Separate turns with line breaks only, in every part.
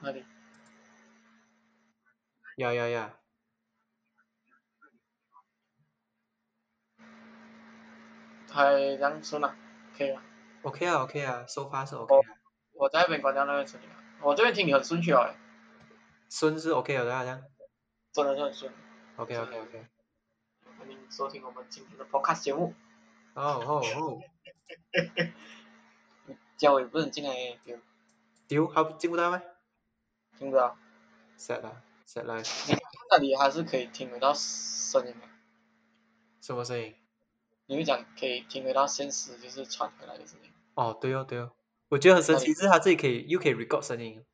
快点，
呀呀呀！
还让输了，可以吗？
OK 啊，OK 啊，收发是 OK
Oh.
啊，
我在那边关掉那个声音，我这边听你很顺序哦，
顺是 OK 的啦，这样
真的是很顺。
OK OK OK，
欢迎收听我们今天的 podcast 节目。
哦哦哦，
叫我也不能进来丢，
丢还不进不到吗
听不到。
？Set 啦，Set 啦，
你看那里还是可以听得到声音的，
什么声音？
你会讲可以听得到现实就是传回来的声音。
哦，对哦对哦，我觉得很神奇，
那
是它自己可以又可以 record 声音。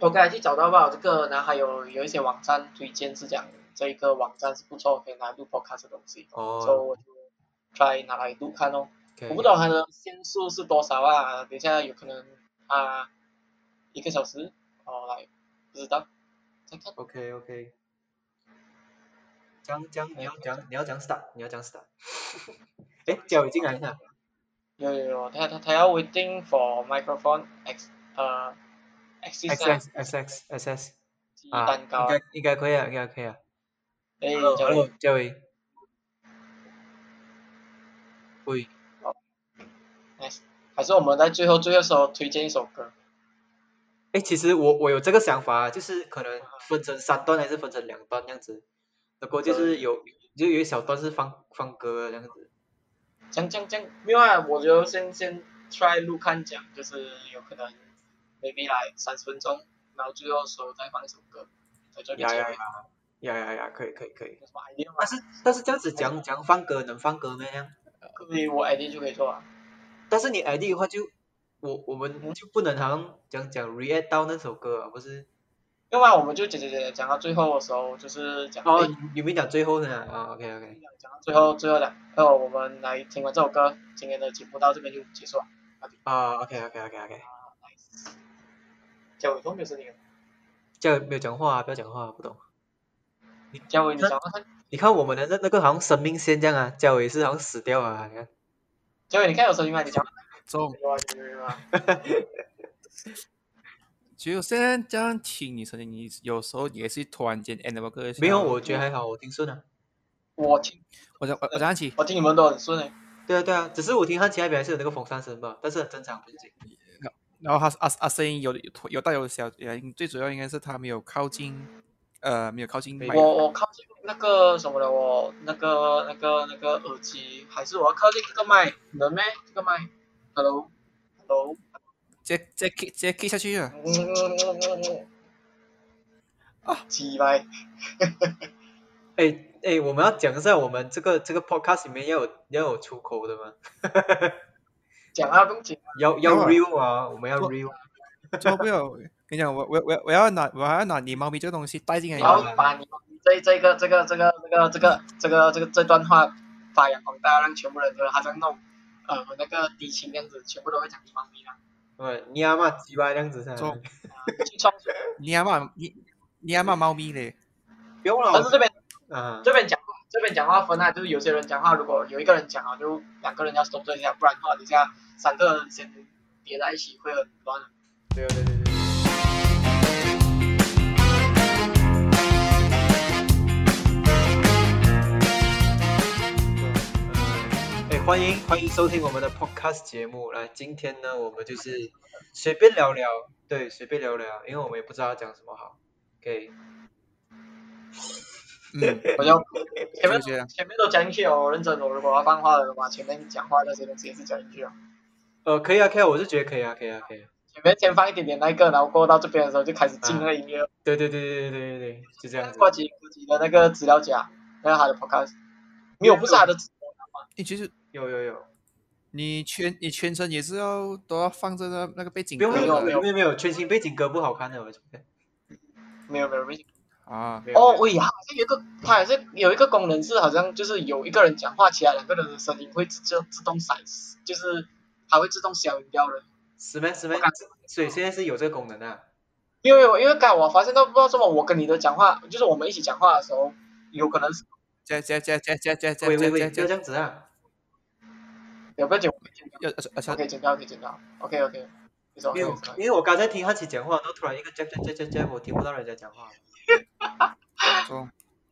我刚才去找到吧，这个，然后还有有一些网站推荐是讲这一个网站是不错，可以拿来录 podcast 的东西，所以
哦
我就再拿来录看哦。
，OK，
我不懂它的限速是多少啊？等一下有可能啊，一个小时哦，来不知道，再看。
OK OK，讲讲你要讲你要讲 start，你要讲 start。哎，叫我进来一下。
有有有，他他他要 waiting for microphone x 呃 x
X X X X X X
鸡
啊，
蛋糕
应，该哦应该可以啊，应该可以啊。
哎，
Hello
教练
Hello，嘉伟。喂，
，nice，还是我们在最后最后时候推荐一首歌，
哎，其实我我有这个想法啊，就是可能分成三段还是分成两段这样子，然后就是有就有一小段是放放歌的这样子。
讲讲讲，另外我就先先 try 录看讲，就是有可能 maybe 来三十分钟，然后最后时候再放一首歌，再做个
呀
结
呀
尾
呀，呀呀呀，可以可以可以。
有什么 idea 吗
但？是但是这样子
哎
讲讲放歌能放歌咩？这样
可以，我 idea 就可以做啊。
但是你 ID 的话就，我我们
嗯
就不能好像讲讲 react 到那首歌啊，不是？
要不然我们就讲讲讲讲到最后的时候，就是讲
哦
哎，
你们讲最后呢？啊，OK OK，
讲到最后最后讲，哦，我们来听完这首歌，今天的节目到这边就结束了。
啊，OK OK OK OK，
嘉伟都没有声音了，
叫没有讲话啊，不要讲话啊，不懂。
嘉伟你讲话看，
你看我们的那那个好像生命线这样啊，嘉伟是好像死掉啊，你看。
嘉伟你看有声音吗？你讲话
中，
有啊有啊有啊，
只有现在这样听你声音，你有时候也是突然间 end 了个。
没有，我呃觉得还好，我听顺啊。
我听
我想我我想起
我听你们都很顺哎、
对啊对啊，只是我听他其他表还是有那个风扇声吧，但是很正常，不是紧。
然后他啊啊声音有有有大有小，呃，最主要应该是他没有靠近，呃，没有靠近
没
麦克。
我我靠近那个什么的，我那个那个那个耳机，还是我要靠近这个麦，能咩？这个麦，hello hello，
直接直接 kick 直接 kick 下去啊！
嗯，
啊，
鸡麦，
哎哎，我们要讲一下，我们这个这个 podcast 里面要有要有出口的吗？
讲啊不用紧，
要要
要啊
real 啊，我们要
做
real。
最后不要，跟你讲，我我我我要拿我还要拿你猫咪这个东西带进来。
然后把你这这个这个这个这个这个这个这个这段话发扬光大，让全部人都好像那种呃那个低情这样子，全部都会讲你妈咪啦，
嗯，你阿妈鸡巴这样子噻。
做
去创作。
你阿妈你你阿妈猫咪嘞？
不用了，
但是这边
啊，
这边讲话，这边讲话分啊，就是有些人讲话，如果有一个人讲啊，就两个人要 stop 一下，不然的话，等一下三个人先叠在一起会很乱的。
对对对对。哎，欢迎欢迎收听我们的 podcast 节目。来，今天呢，我们就是随便聊聊，对，随便聊聊，因为我们也不知道要讲什么好。OK，
嗯，
我就前
就
面
是这样。
前面都讲进去哦，我认真，我如果要放话的话，前面讲话那些东西也是讲进去哦。
呃，可以啊，可以啊，我是觉得可以啊，可以啊，可以啊。
前面先放一点点那个，然后过到这边的时候就开始进那个音乐，
对对对对对对对对，就这样子。
过几过几的那个资料夹，那个他的 podcast，没有不是他的直播，
你其实
有有有，
你全你全程也是要都要放着那那个背景
不用
歌
不
没有
用
没
没
的哦
有
有没有没有，全新背景歌不好看的，我觉得。
没有没有没有。
啊。
没有
哦，，喂，好像有一个，它好像有一个功能是，好像就是有一个人讲话，其他两个人的声音会自就自动闪，就是它会自动消音掉的。
十门十门
我感，
所以现在是有这个功能的、啊。
因为我因为刚才我发现到，不知道为什么我跟你的讲话，就是我们一起讲话的时候，有可能是
加加加加加加加
喂喂喂，
加
不要这
加加。
样子啊！
有不要紧，我可以剪掉
要啊啊！
我可以剪掉，可以剪掉，OK OK，你怎么
因为
看
我
法
因为我刚才听汉奇讲话，然后突然一个 jab jab jab jab jab，我听不到人家讲话。
说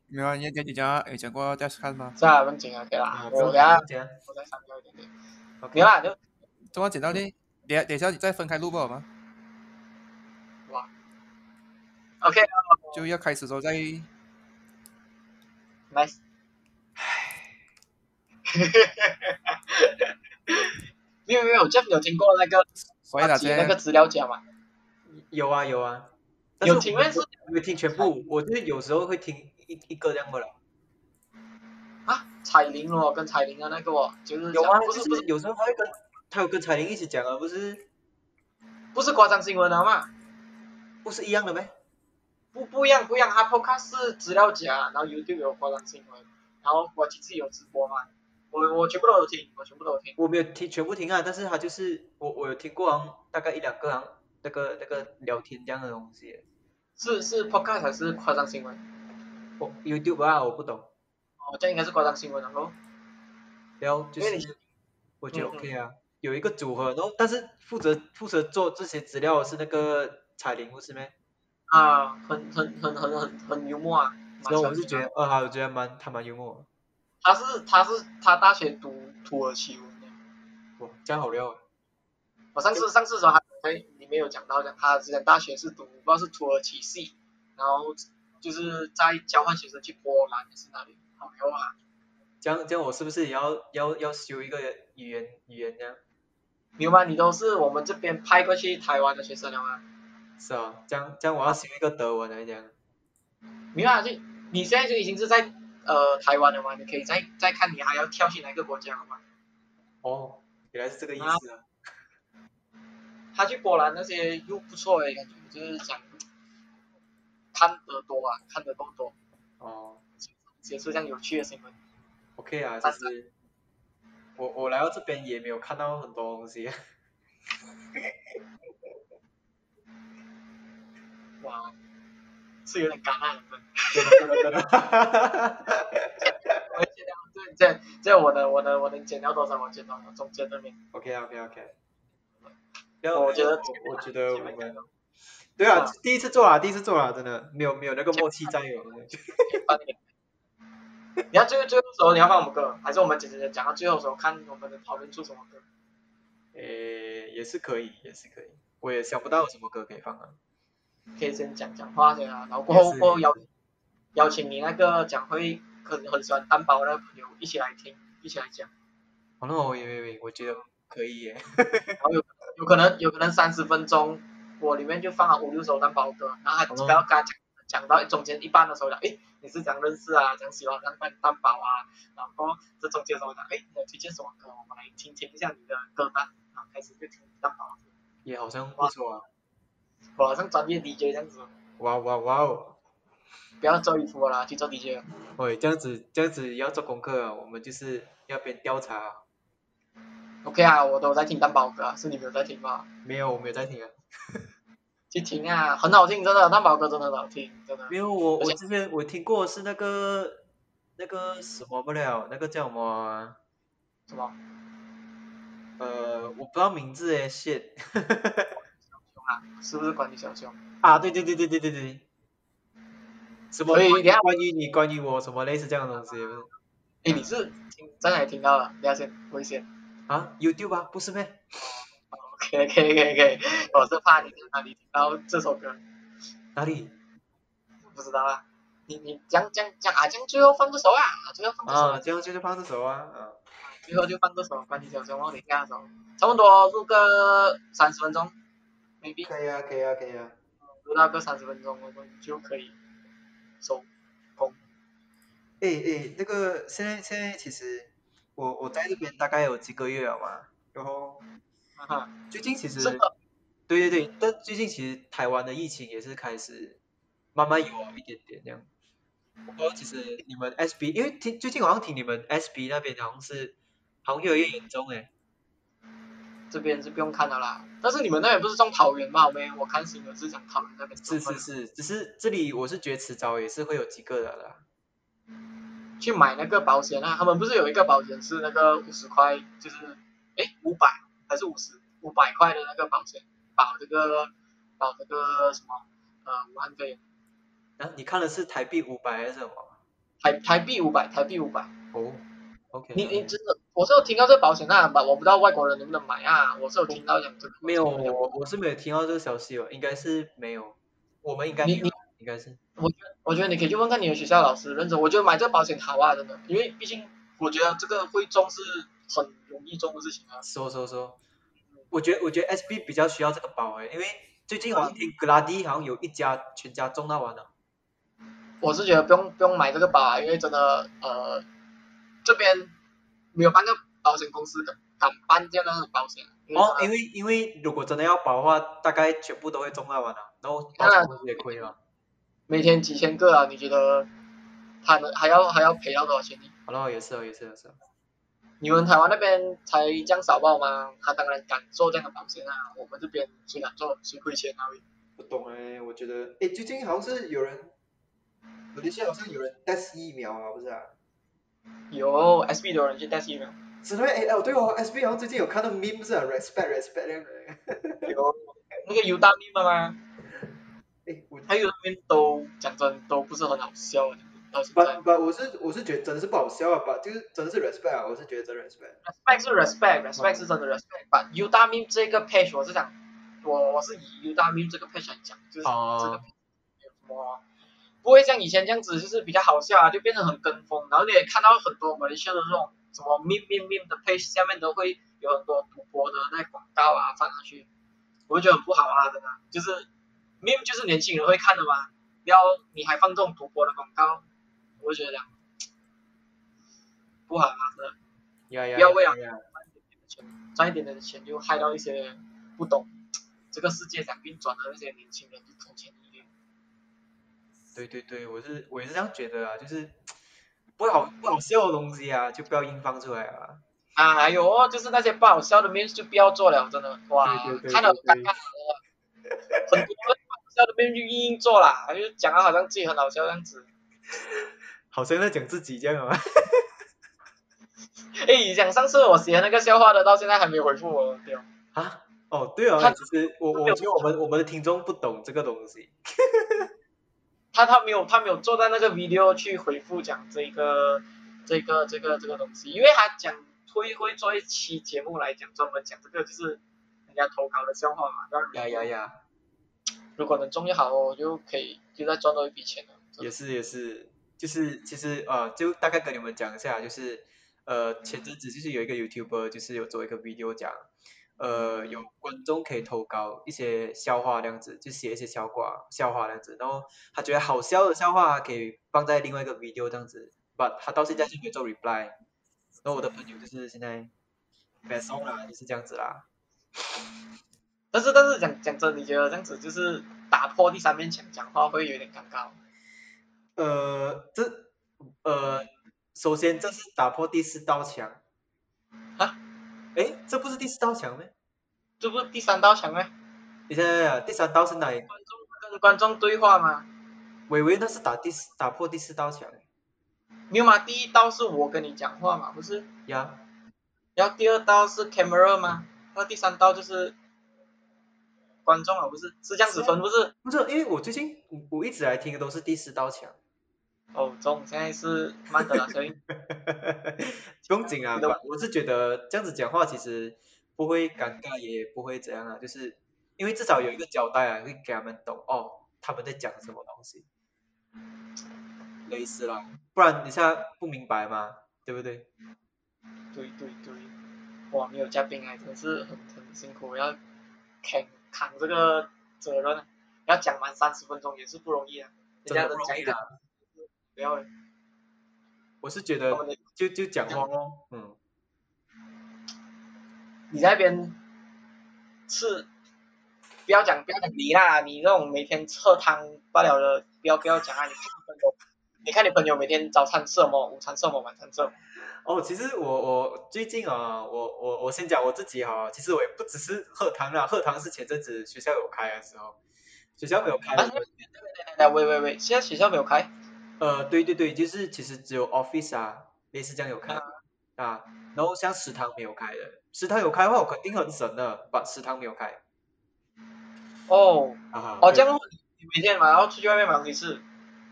没有啊，你你你讲你讲过 Dash 看吗？
算了，不用紧啊，给啦，
不
我
用
等下
这样
我再删掉一点点。
，OK
啊没啊啦，就
这么简单的，等
嗯
下等一下你再分开录吧好吗？
哇，OK
就要开始的时候再
啊 nice。没有没有，Jeff 有听过那个
所以大
集那
家
个资料夹吗？
有啊有啊，但是
有请问是
我没有听全部，我就是有时候会听一一个这样过来。
啊，彩铃哦，跟彩铃的那个哦，就是
有啊，
不
就是是
不是
有时候他会跟他有跟彩玲一起讲啊，不是
不是夸张新闻啊嘛，
不是一样的咩？
不不一样不一样，他 Podcast 是资料夹，然后 YouTube 有夸张新闻，然后我几次有直播嘛，我我全部都有听，我全部都有听。
我没有听全部听啊，但是他就是我我有听过好像大概一两个好像那个那个聊天这样的东西。
是是 Podcast 还是夸张新闻？
我 YouTube 啊，我不懂。
哦，这样应该是夸张新闻了咯。
然后就
因为你
是我觉得
嗯嗯
OK 啊，有一个组合，然后但是负责负责做这些资料的是那个彩铃，不是咩？
啊，很很很很很很幽默啊。
所以我是觉
得
得，呃，我觉得蛮他蛮幽默的，
他是他是他大学读土耳其文的，
哇，这样好料啊！
我上次上次的时候他哎你没有讲到讲他之前大学是读不知道是土耳其系，然后就是在交换学生去波兰还是哪里，好没有啊？
这样这样我是不是也要要要修一个语言语言这样？
明白你都是我们这边派过去台湾的学生了吗？
是啊，这样这样我要修一个德文来讲。
明白就啊你现在就已经是在呃台湾了嘛，你可以再再看你还要跳去哪个国家好吗？
哦，原来是这个意
啊
思啊！
他去波兰那些又不错诶，感觉就是讲看得多啊，看得够多。
哦
结束这样有趣的新闻。
，OK 啊，就
但是
是我我来到这边也没有看到很多东西。
哇，是有点感慨的。我剪掉，对，这这我的我的我能剪掉多少？我剪多少？中间那边，
OK OK OK。
我觉得
我觉得我
前面
们对啊
啊，
第一次做啦，第一次做啦，真的没有没有那个默契在有。
放一点。你要最后最后的时候你要放什么歌？还是我们姐姐讲到最后的时候看我们能讨论出什么歌？
诶，也是可以，也是可以。我也想不到有什么歌可以放啊。
可以先讲讲话先啊，然后过后
也是
过后邀邀请你那个讲会很很喜欢蛋包的朋友一起来听，一起来讲。
好，那我也哦没没，我觉得可以耶。
然后有有可能有可能三十分钟，我里面就放了五六首蛋包歌，然后还
哦
不要跟他讲讲到中间一半的时候讲，诶，你是讲认识啊，讲喜欢蛋蛋蛋包啊，然后这中间的时候讲，诶，你有推荐什么歌？我们来听听一下你的歌单，然后开始就听蛋包，
也好像不错啊。
我好像专业 DJ 这样子，
哇哇哇哦！
不要做衣服啦，去做 DJ 了。
喂，这样子这样子要做功课啊，我们就是要边调查啊。
OK 啊，我都在听蛋包歌啊，是你没有在听吗？
没有，我没有在听啊。
去听啊，很好听，真的，蛋包歌真的很好听，真的。
没有，我
而
我
且
之前我听过是那个那个什么不了，那个叫什么啊、
什么？
呃，我不知道名字哎，shit
啊，是不是关于小熊？
啊，对对对对对对对，什么
所以
关
等下
关于你关于我什么类似这样的东西不是
诶，你是听在哪里听到的？等下先，我先。
啊？YouTube 啊，不是咩？
可以可以可以可以，我是怕你在哪里听到这首歌，
哪里
不知道啊。你你讲讲讲啊，讲最后放这首啊，最后放这首，
啊？这样就是胖子手啊，啊，
最后就放这首《关你小熊猫》你下首，差不多录个三十分钟，maybe
可以啊，可以啊，可以啊。
录到个三十分钟，我们就可以收工。
哎哎，那个现在现在其实我我在这边大概有几个月了嘛，然后
哈哈，
最近其实
是的，
对对对，但最近其实台湾的疫情也是开始慢慢有一点点这样。我不知道其实你们 SB，因为听最近好像听你们 SB 那边好像是好像越来越严重哎。
这边是不用看的啦。但是你们那边不是种桃园吗？我们我看新闻是讲桃园那边
是
种嘛
是是，只是这里我是觉得迟早也是会有几个的啦。
去买那个保险啊，他们不是有一个保险是那个五十块，就是诶五百还是五十五百块的那个保险，保这个保这个什么呃武汉肺炎，
然后你看的是台币五百还是什么？
台台币五百，台币五百。
哦，OK，
你你真的，我是有听到这个保险啊，但我不知道外国人能不能买啊，我是有听到讲这个。
没有，我我是没有听到这个消息哦，应该是没有，我们应该没
你
有
你
应该是
我觉得你可以去问看你们学校老师认真，我觉得买这个保险好啊，真的，因为毕竟我觉得这个会中是很容易中的事情啊。
说说说，我觉得我觉得 SB 比较需要这个包诶，因为最近好像听 Glady 好像有一家全家中到完了，
我是觉得不用不用买这个保啊，因为真的呃，这边没有半个保险公司敢敢办这样的保险。啊因为
哦，因为因为如果真的要包的话，大概全部都会中到完了，然后保
当然
险公司也亏了。
每天几千个啊，你觉得他能还要还要赔到多少钱呢？
好了，也是哦，也是也是哦。
你们台湾那边才这样少报吗？他当然敢做这样的保险啊，我们这边谁敢做谁亏钱啊？
不懂哎，我觉得哎，最近好像是有人，有一些好像有人 test 疫苗啊，不是啊？
有 SB 有人去 test 疫苗，
只能哎哦对哦，SB 好像最近有看到 meme 不是、啊、respect respect 那样 的，
有那个有大密的吗？
哎我
还有那边都讲真都不是很好笑啊，到现
不
在。
不我是我是觉得真的是不好笑啊，吧，就是真的是 respect 啊，我是觉得真的 respect。
respect 是 respect，respect 是真的 respect。把 Udemy 这个 page 我是想，我我是以 Udemy 这个 page 来讲，就是这
哦
个 page 没有什么，不会像以前这样子，就是比较好笑啊，就变成很跟风。然后你也看到很多马来西亚的这种什么 meme meme meme 的 page 下面都会有很多赌博的那广告啊放上去，我就觉得很不好啊，真的，就是 meme 就是年轻人会看的嘛，不要你还放这种赌博的广告，我就觉得不好啊，真的。
呀呀
不要啊为了
呀呀
赚一点点的钱，就害到一些不懂这个世界想运转的那些年轻人，就投钱一点。
对对对，我是我也是这样觉得啊，就是不好不好笑的东西啊，就不要硬放出来啊。
啊，还有哦，就是那些不好笑的 memes 就不要做了，真的，哇，
对对对
看了
对
尴
对
尬死了。很多人不好笑的 memes 就硬硬做啦，就讲的好像自己很好笑这样子。
好像在讲自己这样啊。
哎，讲上次我写那个笑话的，到现在还没回复我，对哦。
啊，哦对啊，
他
其实我我觉得我们我们的听众不懂这个东西。
他他没有他没有做在那个 video 去回复讲这个这个这个这个东西，因为他讲会会做一期节目来讲专门讲这个就是人家投稿的笑话嘛，让
呀呀呀，
如果能中就好哦，我就可以就再赚到一笔钱了。
也是也是，就是其实呃，就大概跟你们讲一下，就是呃，前阵子就是有一个 YouTuber 就是有做一个 video 讲，呃，有观众可以投稿一些笑话这样子，就写一些笑话笑话这样子，然后他觉得好笑的笑话可以放在另外一个 video 这样子，but 他到现在就没有做 reply。然后我的朋友就是现在 b e s 啦，就是这样子啦。
但是但是讲讲真，你觉得这样子就是打破第三面墙讲话会有点尴尬吗？哦
呃，这呃，首先这是打破第四道墙
啊？
诶，这不是第四道墙吗？
这不是第三道墙吗？
等一下等一下，第三道是哪里？
观众跟观众对话吗？
伟伟那是打第四打破第四道墙诶
没有嘛，第一道是我跟你讲话嘛，不是？
呀？
然后第二道是 camera 吗？那第三道就是观众啊，不是？是这样子分不是？
不是，因为我最近我我一直来听的都是第四道墙，
哦，中，现在是曼德拉效应。
不用紧啊
你懂吗，
我是觉得这样子讲话其实不会尴尬，也不会怎样啊，就是因为至少有一个交代啊，会给他们懂哦，他们在讲什么东西，类似啦，不然你现在不明白嘛，对不对？
对对对，哇，没有嘉宾啊，真的是很很辛苦，要扛扛这个责任啊，要讲满三十分钟也是不容易啊。人家
真的不
讲
容
一
易啊呃
个
啦，
不要了，
我是觉
我
得
们
就就哦讲话咯，嗯，
你在那边是不要讲不要讲你啦，你那种每天喝汤罢了的，不要不要讲啊，你看你朋友，你看你朋友每天早餐吃什么，午餐吃什么，晚餐吃什么。
哦，其实我我最近啊，我我我先讲我自己哈，其实我也不只是贺堂啦，贺堂是前阵子学校有开的时候，学校没有开，
啊，来来喂喂喂，现在学校没有开，
呃，对对对，就是其实只有 office 啊，类似这样有开
啊
啊，然后像食堂没有开的，食堂有开的话我肯定很省的，把食堂没有开，
哦
啊。
哦，
对
这样你每天嘛，然后出去外面买东西吃，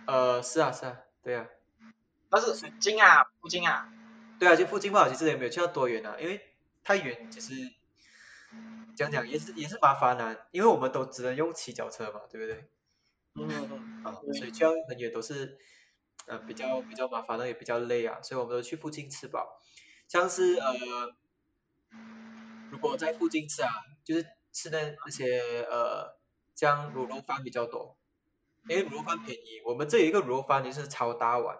呃，是啊是啊，对啊，
但是近啊不近啊？
对啊，就附近不好，其实也没有去到多远啊，因为太远其实讲讲也是也是麻烦啊，因为我们都只能用骑脚车嘛，对不对？
嗯嗯
啊，
对
所以去到很远都是呃比较比较麻烦的，也比较累啊，所以我们都去附近吃饱。像是呃，如果在附近吃啊，就是吃的那些呃，像卤肉饭比较多，因为卤肉饭便宜。我们这有一个卤肉饭就是超大碗，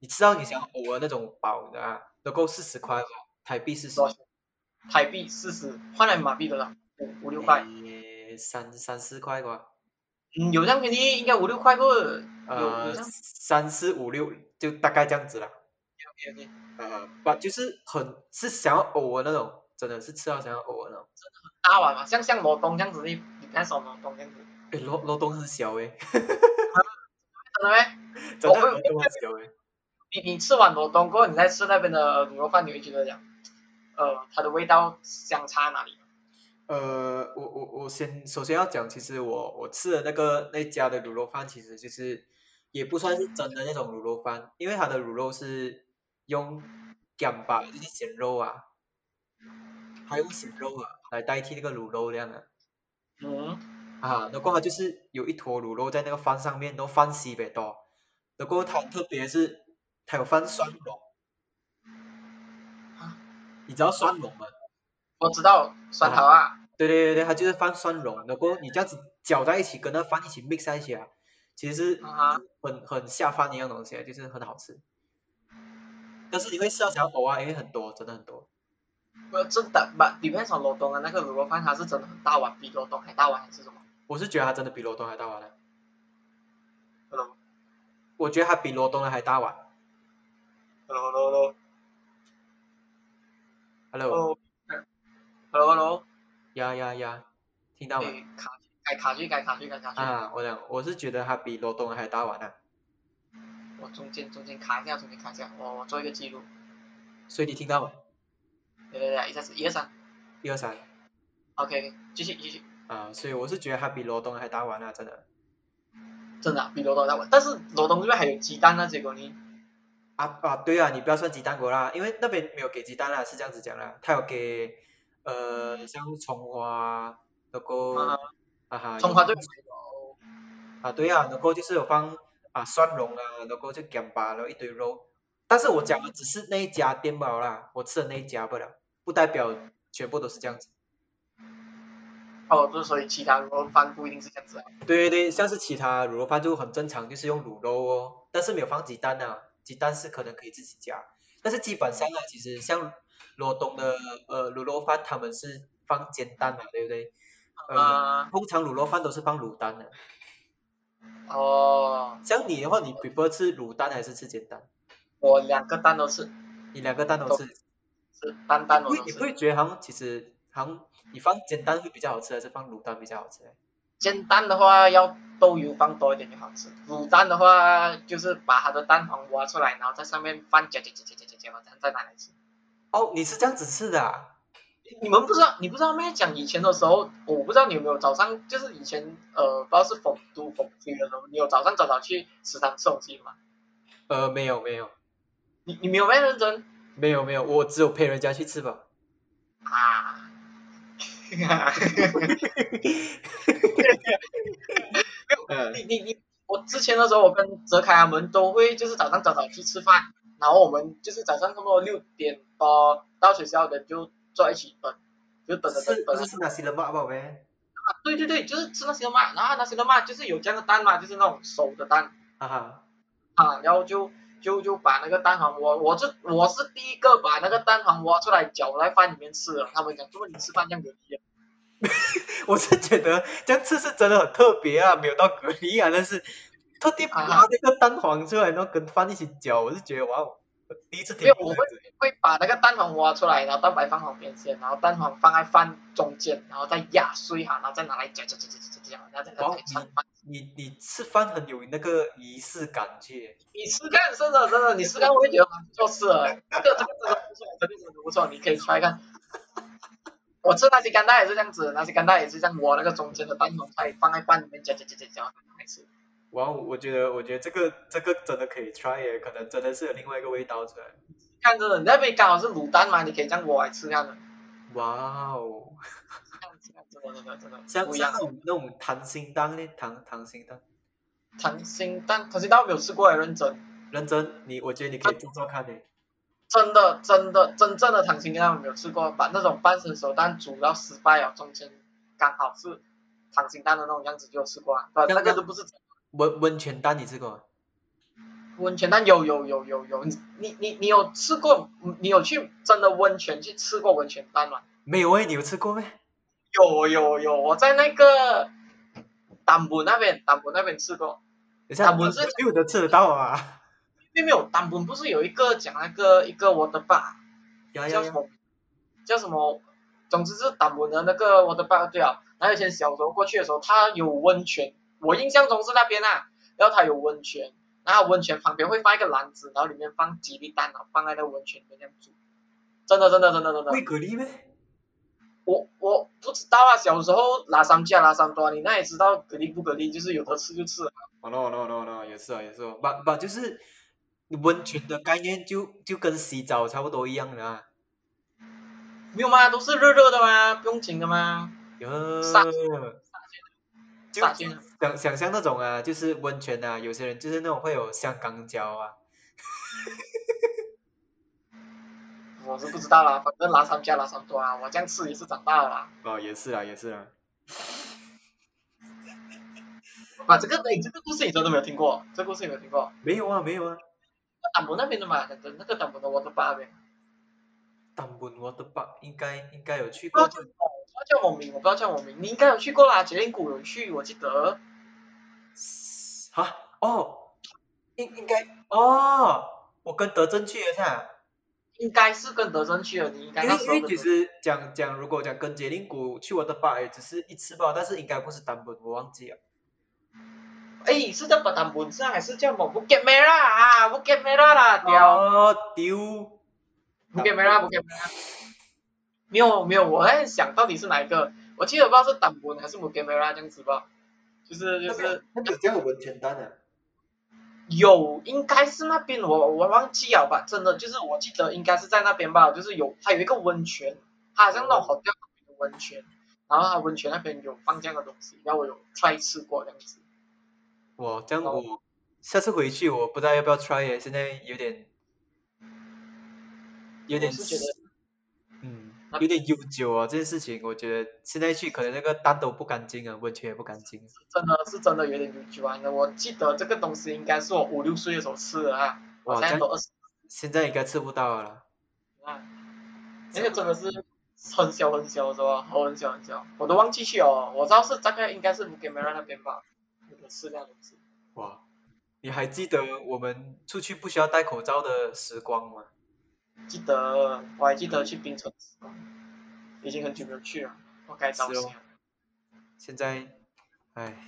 你吃到你想偶尔那种饱的、啊，都够四十块嘛，台币四十
多，少钱？台币四十，换来马币多少？五五六块。
诶三三四块吧。
嗯，有这样便宜，应该五六块过。有有
呃，
这样
三四五六就大概这样子啦。
便宜，
呃，不，就是很是想要偶尔那种，真的是吃到想要偶尔那种。
大碗嘛，像像罗东这样子，你你看什么罗东这样子？
诶，罗罗东很小诶，
真的咩？
真的
我
罗东很小诶。
你你吃完罗东过后，你再吃那边的牛肉饭，你会觉得讲，呃，它的味道相差哪里？
呃，我我我先首先要讲，其实我我吃的那个那家的卤肉饭，其实就是也不算是真的那种卤肉饭，因为它的卤肉是用干巴，就是咸肉啊，还用咸肉啊来代替那个卤肉这样的。
嗯，
啊，然后它就是有一坨卤肉在那个饭上面，然后饭西北多，然后它很特别的是它有放蒜蓉
啊，
你知道蒜蓉吗？
我知道蒜头啊，
对对对对，它就是放蒜蓉，然后你这样子搅在一起，跟那饭一起 mix 在一起啊，其实是
啊
很很下饭的一样东西啊，就是很好吃。但是你会吃到想要呕啊，因为很多，真的很多。
我真的把里面从罗东的那个卤肉饭，它是真的很大碗，比罗东还大碗还是什么？
我是觉得它真的比罗东还大碗的，
hello hello
我觉得它比罗东的还大碗。
hello hello
Hello，
hello hello hello，
呀呀呀，听到吗？
哎，卡改卡去改卡去改卡去，
啊，我讲，我是觉得它比罗东还大碗啊，
我中间中间卡一下，中间卡一下，我我做一个记录，
所以你听到吗？
对对对，一下子一二三
一二三，
，OK，继续继续。
啊，所以我是觉得它比罗东还大碗啊，真的。
真的啊、比罗东大碗，但是罗东这边还有鸡蛋那结果你
啊啊，对啊，你不要算鸡蛋国啦，因为那边没有给鸡蛋啦，是这样子讲啦，他有给，呃，像葱花，然后，
啊
啊哈，
中华队有
啊，对啊，然后就是有放啊蒜蓉啊，然后就干巴，然后一堆肉。但是我讲的只是那一家店罢了啦，我吃的那一家不了，不代表全部都是这样子。
哦，就是所以其他罗饭不一定是这样子啊。
对对对，像是其他卤肉饭就很正常，就是用卤肉哦，但是没有放鸡蛋啊，鸡蛋是可能可以自己加，但是基本上啊，其实像罗东的呃卤肉饭，他们是放煎蛋嘛，对不对？呃，
啊、
通常卤肉饭都是放卤蛋的，
哦，
像你的话，你 prefer 吃卤蛋还是吃煎蛋？
我两个蛋都吃，
你两个蛋都
都
吃，
吃单蛋
你
我
会
都
你不
吃。
会觉得好像其实好像你放煎蛋会比较好吃，还是放卤蛋比较好吃？
煎蛋的话要豆油放多一点就好吃，卤蛋的话就是把它的蛋黄挖出来，然后在上面放夹夹夹夹夹夹夹，然后再拿来吃。
哦，你是这样子吃的啊？
你们不知道，你不知道咩？讲以前的时候，我不知道你有没有早上，就是以前呃，不知道是逢都逢飞的时候，你有早上早早去食堂吃东西吗？
呃，没有没有
你你没有咩认真
没有没有，我只有陪人家去吃吧。
啊？
嗯
你你你，我之前的时候，我跟泽凯他们都会就是早上早早去吃饭，然后我们就是早上差不多六点多到学校的就坐一起等，就等着等
是
等
不
着
是。是拿西冷巴宝贝？
啊对对对，就是吃那些嘛，然后那些嘛就是有这样的蛋嘛，就是那种熟的蛋。
哈哈，
啊，然后就就就把那个蛋黄我我是我是第一个把那个蛋黄挖出来搅在饭里面吃的。他们讲，如果你吃饭这样有力啊，
我是觉得这样吃是真的很特别啊，没有到隔离啊，但是特地拿那个蛋黄出来，然后跟饭一起搅，我是觉得哇哦，我第一次听
没有
过
我
这样子。
会把那个蛋黄挖出来，然后蛋白放旁边先，然后蛋黄放在饭中间，然后再压碎哈，然后再拿来搅搅搅搅搅搅，然后再拿来盛饭。
你你吃饭很有那个仪式感去，
你试看，真的真的，你试看，我也觉得蛮不错吃的。这个这个真的不错，这个真的不错，你可以 try 看。我吃那些干蛋也是这样子，那些干蛋也是这样窝那个中间的蛋黄块放在饭里面搅搅搅搅搅来吃。
哇，哦我觉得我觉得这个这个真的可以 try 耶，可能真的是有另外一个味道出来。
看着那边刚好是卤蛋嘛，你可以这样窝来吃，看着。
哇哦，
真的真的真的真的
像
不一
像
样
那。种那种溏心蛋呢，溏溏心蛋，
溏心蛋，溏心蛋我没有吃过，认真，
认真你我觉得你
啊
可以做做看呢。
真的真的真正的溏心蛋我没有吃过，把那种半生熟蛋煮到失败了，中间刚好是溏心蛋的那种样子就有吃过啊，不，
这
那
样
个都不是
温温泉蛋你吃过吗？
温泉蛋有有有有有，你你你你有吃过？你有去真的温泉去吃过温泉蛋吗？
没有诶，你有吃过没？
有有有，我在那个丹布那边，丹布那边吃过。
等一下，
啊我是
没有人吃得到啊。
没有没有，丹布不是有一个讲那个一个我的爸
呀呀
叫什
呀！
么叫什么？总之是丹布的那个我的爸对啊。然后以前小时候过去的时候，它有温泉，我印象中是那边啊，然后它有温泉，然后温泉旁边会放一个篮子，然后里面放几粒蛋，然后啊放在那个温泉里面这样煮。真的真的真的真的。
喂蛤蜊咩？
我我不知道啊，小时候拉三架拉三多，你那也知道蛤蜊不蛤蜊，就是有的吃就吃啊。
哦 no no no no，也是啊也是啊，不不就是温泉的概念就就跟洗澡差不多一样的啊。
没有嘛，都是热热的嘛，不用紧的嘛。
哟，
杀
就
杀菌啊
想想象那种啊，就是温泉啊，有些人就是那种会有香港脚啊，
我是不知道啦，反正拉三架拉三多啊，我这样吃也是长大了啦。
哦也是啊也是啊，
啊，这个哎，这个故事你真的没有听过，这个故事你没有听过？
没有啊没有啊，
那丹博那边的嘛，讲真，那个丹博的我的爸那边，
当本 water park 应该应该有去
不要叫我，
过，
不要叫我名，我不要叫我名，你应该有去过啦，绝令谷有去，我记得。
啊哦，应应该哦，我跟德政去了噻。
应该是跟德珍去了，你应该
因
那
为
时
因
候
为
跟
其
德
实讲讲，如果讲跟杰林谷去我的吧，也只是一次吧，但是应该不是单本，我忘记了。
哎，是叫丹博是啊还是叫某不 get me 啦啊，不啊 get me 啦啦，屌。
哦丢，
不给没啦，不给没啦。没有没有，我在想到底是哪一个，我记得不知道是党文还是不给没啦这样子吧，就是就
那
是
个那个叫温泉蛋啊，
有应该是那边我我忘记了吧，真的就是我记得应该是在那边吧，就是有它有一个温泉，它好像那种好像有温泉，然后它温泉那边有放这样的东西，然后我有 try 吃过这样子。
哇，这样
哦
我下次回去我不知道要不要 try 耶，现在有点有点
我是觉得
嗯
那
有点悠久啊，这件事情我觉得现在去可能那个蛋都不干净啊，温泉也不干净。
真的是真的有点有趣玩的，我记得这个东西应该是我五六岁的时候吃的啊，我
哇，
现
这
在
样
都二十
现在应该吃不到了啦。
啊，那个真的是很小很小是吧？哦，很小很小，我都忘记去哦。我知道是大概应该是 g a m e r a 那边吧，有的是这样子。
哇，你还记得我们出去不需要戴口罩的时光吗？
记得我还记得去冰城吃饭，已经很久没有去了，我该早
是
些
哦。现在，唉，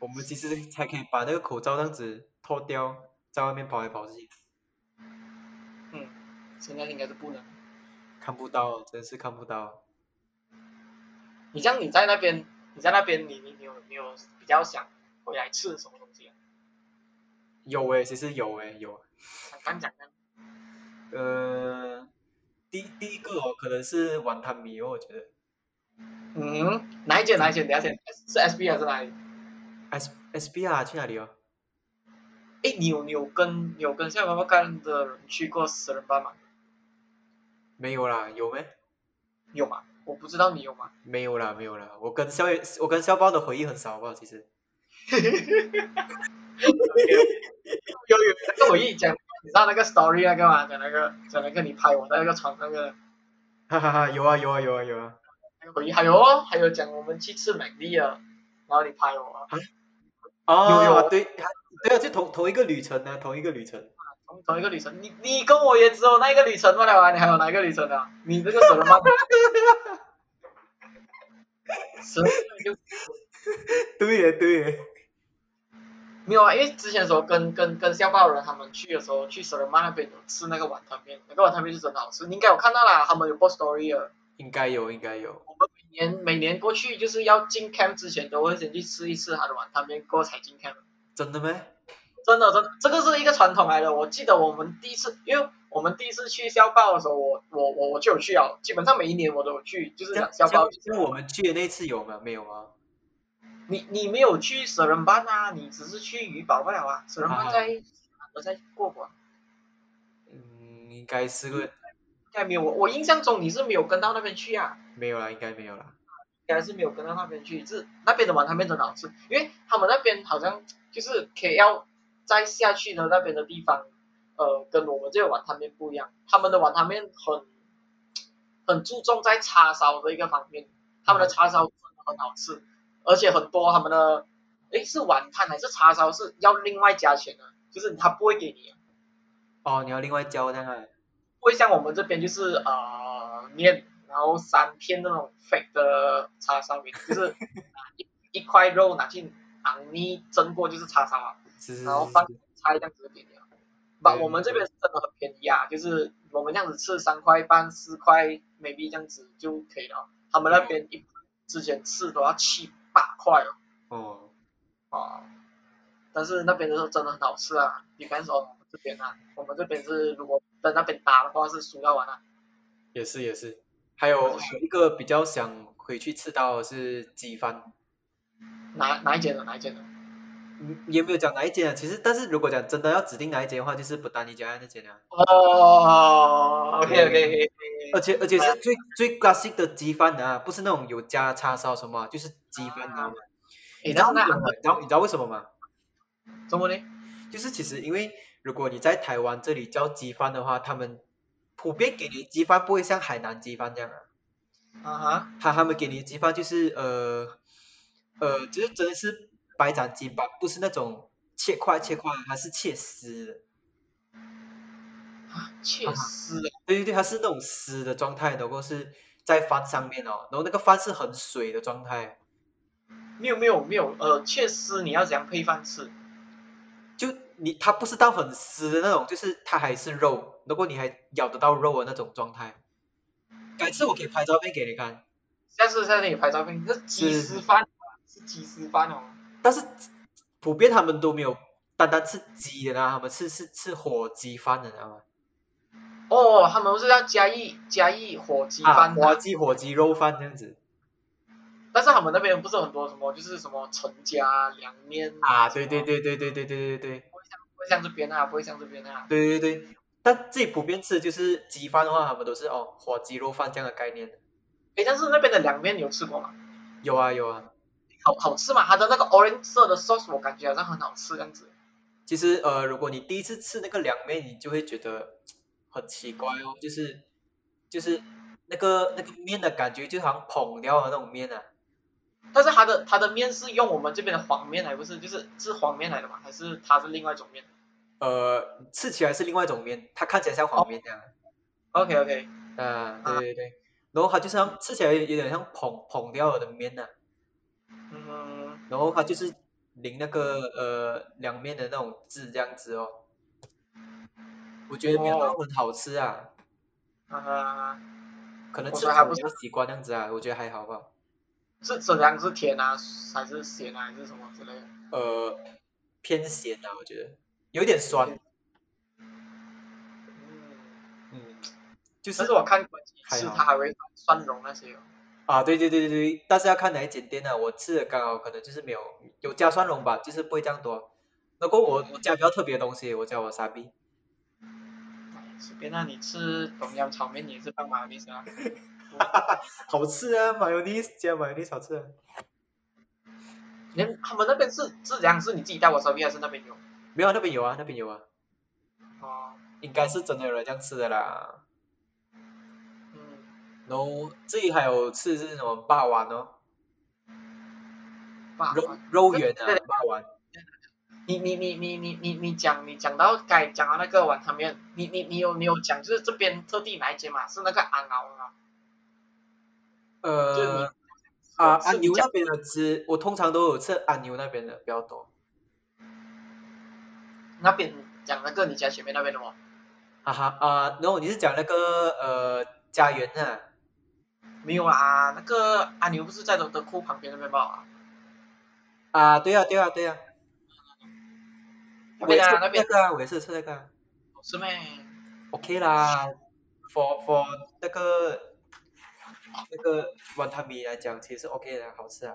我们其实才可以把那个口罩这样子脱掉，在外面跑来跑去，
嗯，现在应该是不能。
看不到，真是看不到。
你像你在那边，你在那边，你你你有你有比较想回来吃什么东西啊？
有诶，其实有诶，有。
想讲讲看。
呃，第第一个哦，可能是碗汤米哦，我觉得
嗯，哪一间哪一间？哪一间？是 S B 还是哪里？
S S B R 去哪里哦？
哎，你有你有跟你有跟下爸爸干的人去过十人班吗？
没有啦，有没？
有吗？我不知道你有吗？
没有啦，没有啦。我跟校园，我跟校报的回忆很少吧，其实。
有有，那个我一讲，你知道那个 story 那个吗？讲那个讲那个你拍我在那个床那个
哈哈哈，有啊有啊有啊有啊。
那个回忆，还有哦，还有讲我们去吃美丽啊，然后你拍我，
哦，
有有
对，对啊，就同同一个旅程啊，同一个旅程。
同同一个旅程，你你跟我也只有那一个旅程罢了啊，你还有哪一个旅程啊？你这个什么？什么就
对耶对耶。
没有啊，因为之前的时候跟跟跟校报人他们去的时候，去舍人曼那边有吃那个碗汤面，那个碗汤面是真的好吃，你应该有看到啦，他们有播 story 了，
应该有，应该有。
我们每年每年过去就是要进 camp 之前都会先去吃一次他的碗汤面，过才进 camp。
真的咩？
真的，真的，这个是一个传统来的。我记得我们第一次，因为我们第一次去校报的时候，我我我我就有去啊，基本上每一年我都有去，就是
像
校报。
像我们去的那次有吗？没有吗？
你你没有去舍人班啊，你只是去怡宝罢了啊。舍人班
啊
在、我在过过，
嗯，应该是个
应该没有我我印象中你是没有跟到那边去啊。
没有啦，应该没有啦。
应该是没有跟到那边去，这那边的碗汤面真的好吃，因为他们那边好像就是 KL 再下去的那边的地方，呃，跟我们这个碗汤面不一样，他们的碗汤面很很注重在叉烧这一个方面，他们的叉烧真的很好吃，而且很多他们的诶是碗汤还是叉烧是要另外加钱的，就是他不会给你，
哦，你要另外交那个。
不会像我们这边就是呃面，然后三片那种 fake 的叉烧面，就是 一一块肉拿去昂泥蒸过就是叉烧啊，
是是是
然后放
是。
菜这样子给你啊。把
对
我们这边是真的很便宜啊，就是我们这样子吃三块半四块 maybe 这样子就可以了。他们那边一之前吃都要七八块哦，
哦，
啊，但是那边的时候真的很好吃啊，depends on 我们这边啊，我们这边是如果在那边打的话是输到完啊。
也是也是。还有我有一个比较想回去吃到的是鸡饭，
哪哪一间的？哪一间的？
嗯，也没有讲哪一间啊。其实，但是如果讲真的要指定哪一间的话，就是不丹尼家那间啊。
哦，OK OK OK，
而且而且是最最 classic 的鸡饭啊，不是那种有加叉烧什么啊，就是鸡饭啊。
你知
然
道
后
那啊
你知道你知道为什么吗？
中国呢？
就是其实因为如果你在台湾这里叫鸡饭的话，他们普遍给你鸡饭不会像海南鸡饭这样啊，
啊哈，
他他们给你鸡饭就是呃呃，就是真的是白斩鸡吧，不是那种切块切块，它是切丝的，
确实，
对对对，它是那种丝的状态，然后是在饭上面哦，然后那个饭是很水的状态，
没有没有没有，呃，确实你要怎样配饭吃？
就你它不是到很湿的那种，就是它还是肉，如果你还咬得到肉的那种状态。改次我可以拍照片给你看，
下次下次你拍照片，这鸡丝饭啊是鸡丝饭哦，
但是普遍他们都没有单单吃鸡的啦，他们吃是吃火鸡饭的，你知道吗？
哦，他们不是要嘉义嘉义火鸡
啊，
饭，
火鸡火鸡肉饭这样子
但是他们那边不是很多什么，就是什么陈家凉面
啊，对对，对对对对对对对
不会像这边啊，不会像这边啊，
对对对对，但自己普遍吃的就是鸡饭的话，他们都是哦火鸡肉饭这样的概念的。
诶，但是那边的凉面你有吃过吗？
有啊有啊，
好好吃吗？它的那个 orange 色的 sauce 我感觉好像很好吃这样子。
其实呃，如果你第一次吃那个凉面，你就会觉得很奇怪
嗯
哦，就是就是那个那个面的感觉，就好像捧掉的那种面啊。
但是它的它的面是用我们这边的黄面来，不是就是是黄面来的嘛？还是它是另外一种面
呃，吃起来是另外一种面，它看起来像黄面这样。
？OK OK，
啊，对对对，然后它就是像吃起来有有点像捧捧掉了的面呐、
嗯，
然后它就是淋那个呃凉面的那种汁这样子哦。我觉得没有
哦
到很好吃啊，
啊、哈，
可能
我
吃
觉得
起
还
来
不
比较习惯这样子啊，我觉得还好吧。
是怎样是甜啊，还是咸啊，还是什么之类的？
呃，偏咸啊，我觉得有点酸，
嗯，
嗯，就
但
是
是我看过几
还
次
好
它还会蒜蓉那些哦。
啊，对对对对对，但是要看哪一间店啊，我吃的刚好可能就是没有有加蒜蓉吧，就是不会这样多。如果我我加比较特别的东西，我加我沙比。
哎随便啊，你吃tom yum 炒面你也是放马铃薯啊。
好吃啊，mayonnaise 加 mayonnaise 好吃啊。
连他们那边是是怎样？是你自己带我烧饼还是那边有？
没有啊，那边有啊，那边有啊，
哦，
应该是真的有人这样吃的啦。
嗯，
然后这里还有吃的是什么霸王哦，
爸，
肉肉圆啊
对对，
霸王。
你你你你你你你讲你讲到该讲到那个碗汤面，你你你有你有讲就是这边特地哪一间嘛？是那个阿熬啊。就你
呃，啊，
是
安
你
牛
讲
那边的吃，我通常都有吃安牛那边的比较多。
那边讲那个你家前面那边的哦。
哈哈啊，然后你是讲那个呃家园啊？
没有啦，那个阿牛不是在德德库旁边那边吧？
啊，对啊，对啊，对啊，
那
我也
边
是
啊，
那
那边
个啊，我也是吃那个啊
是咩？
，OK 啦，for for 那个那个碗汤米来讲，其实 OK 的，好吃啊。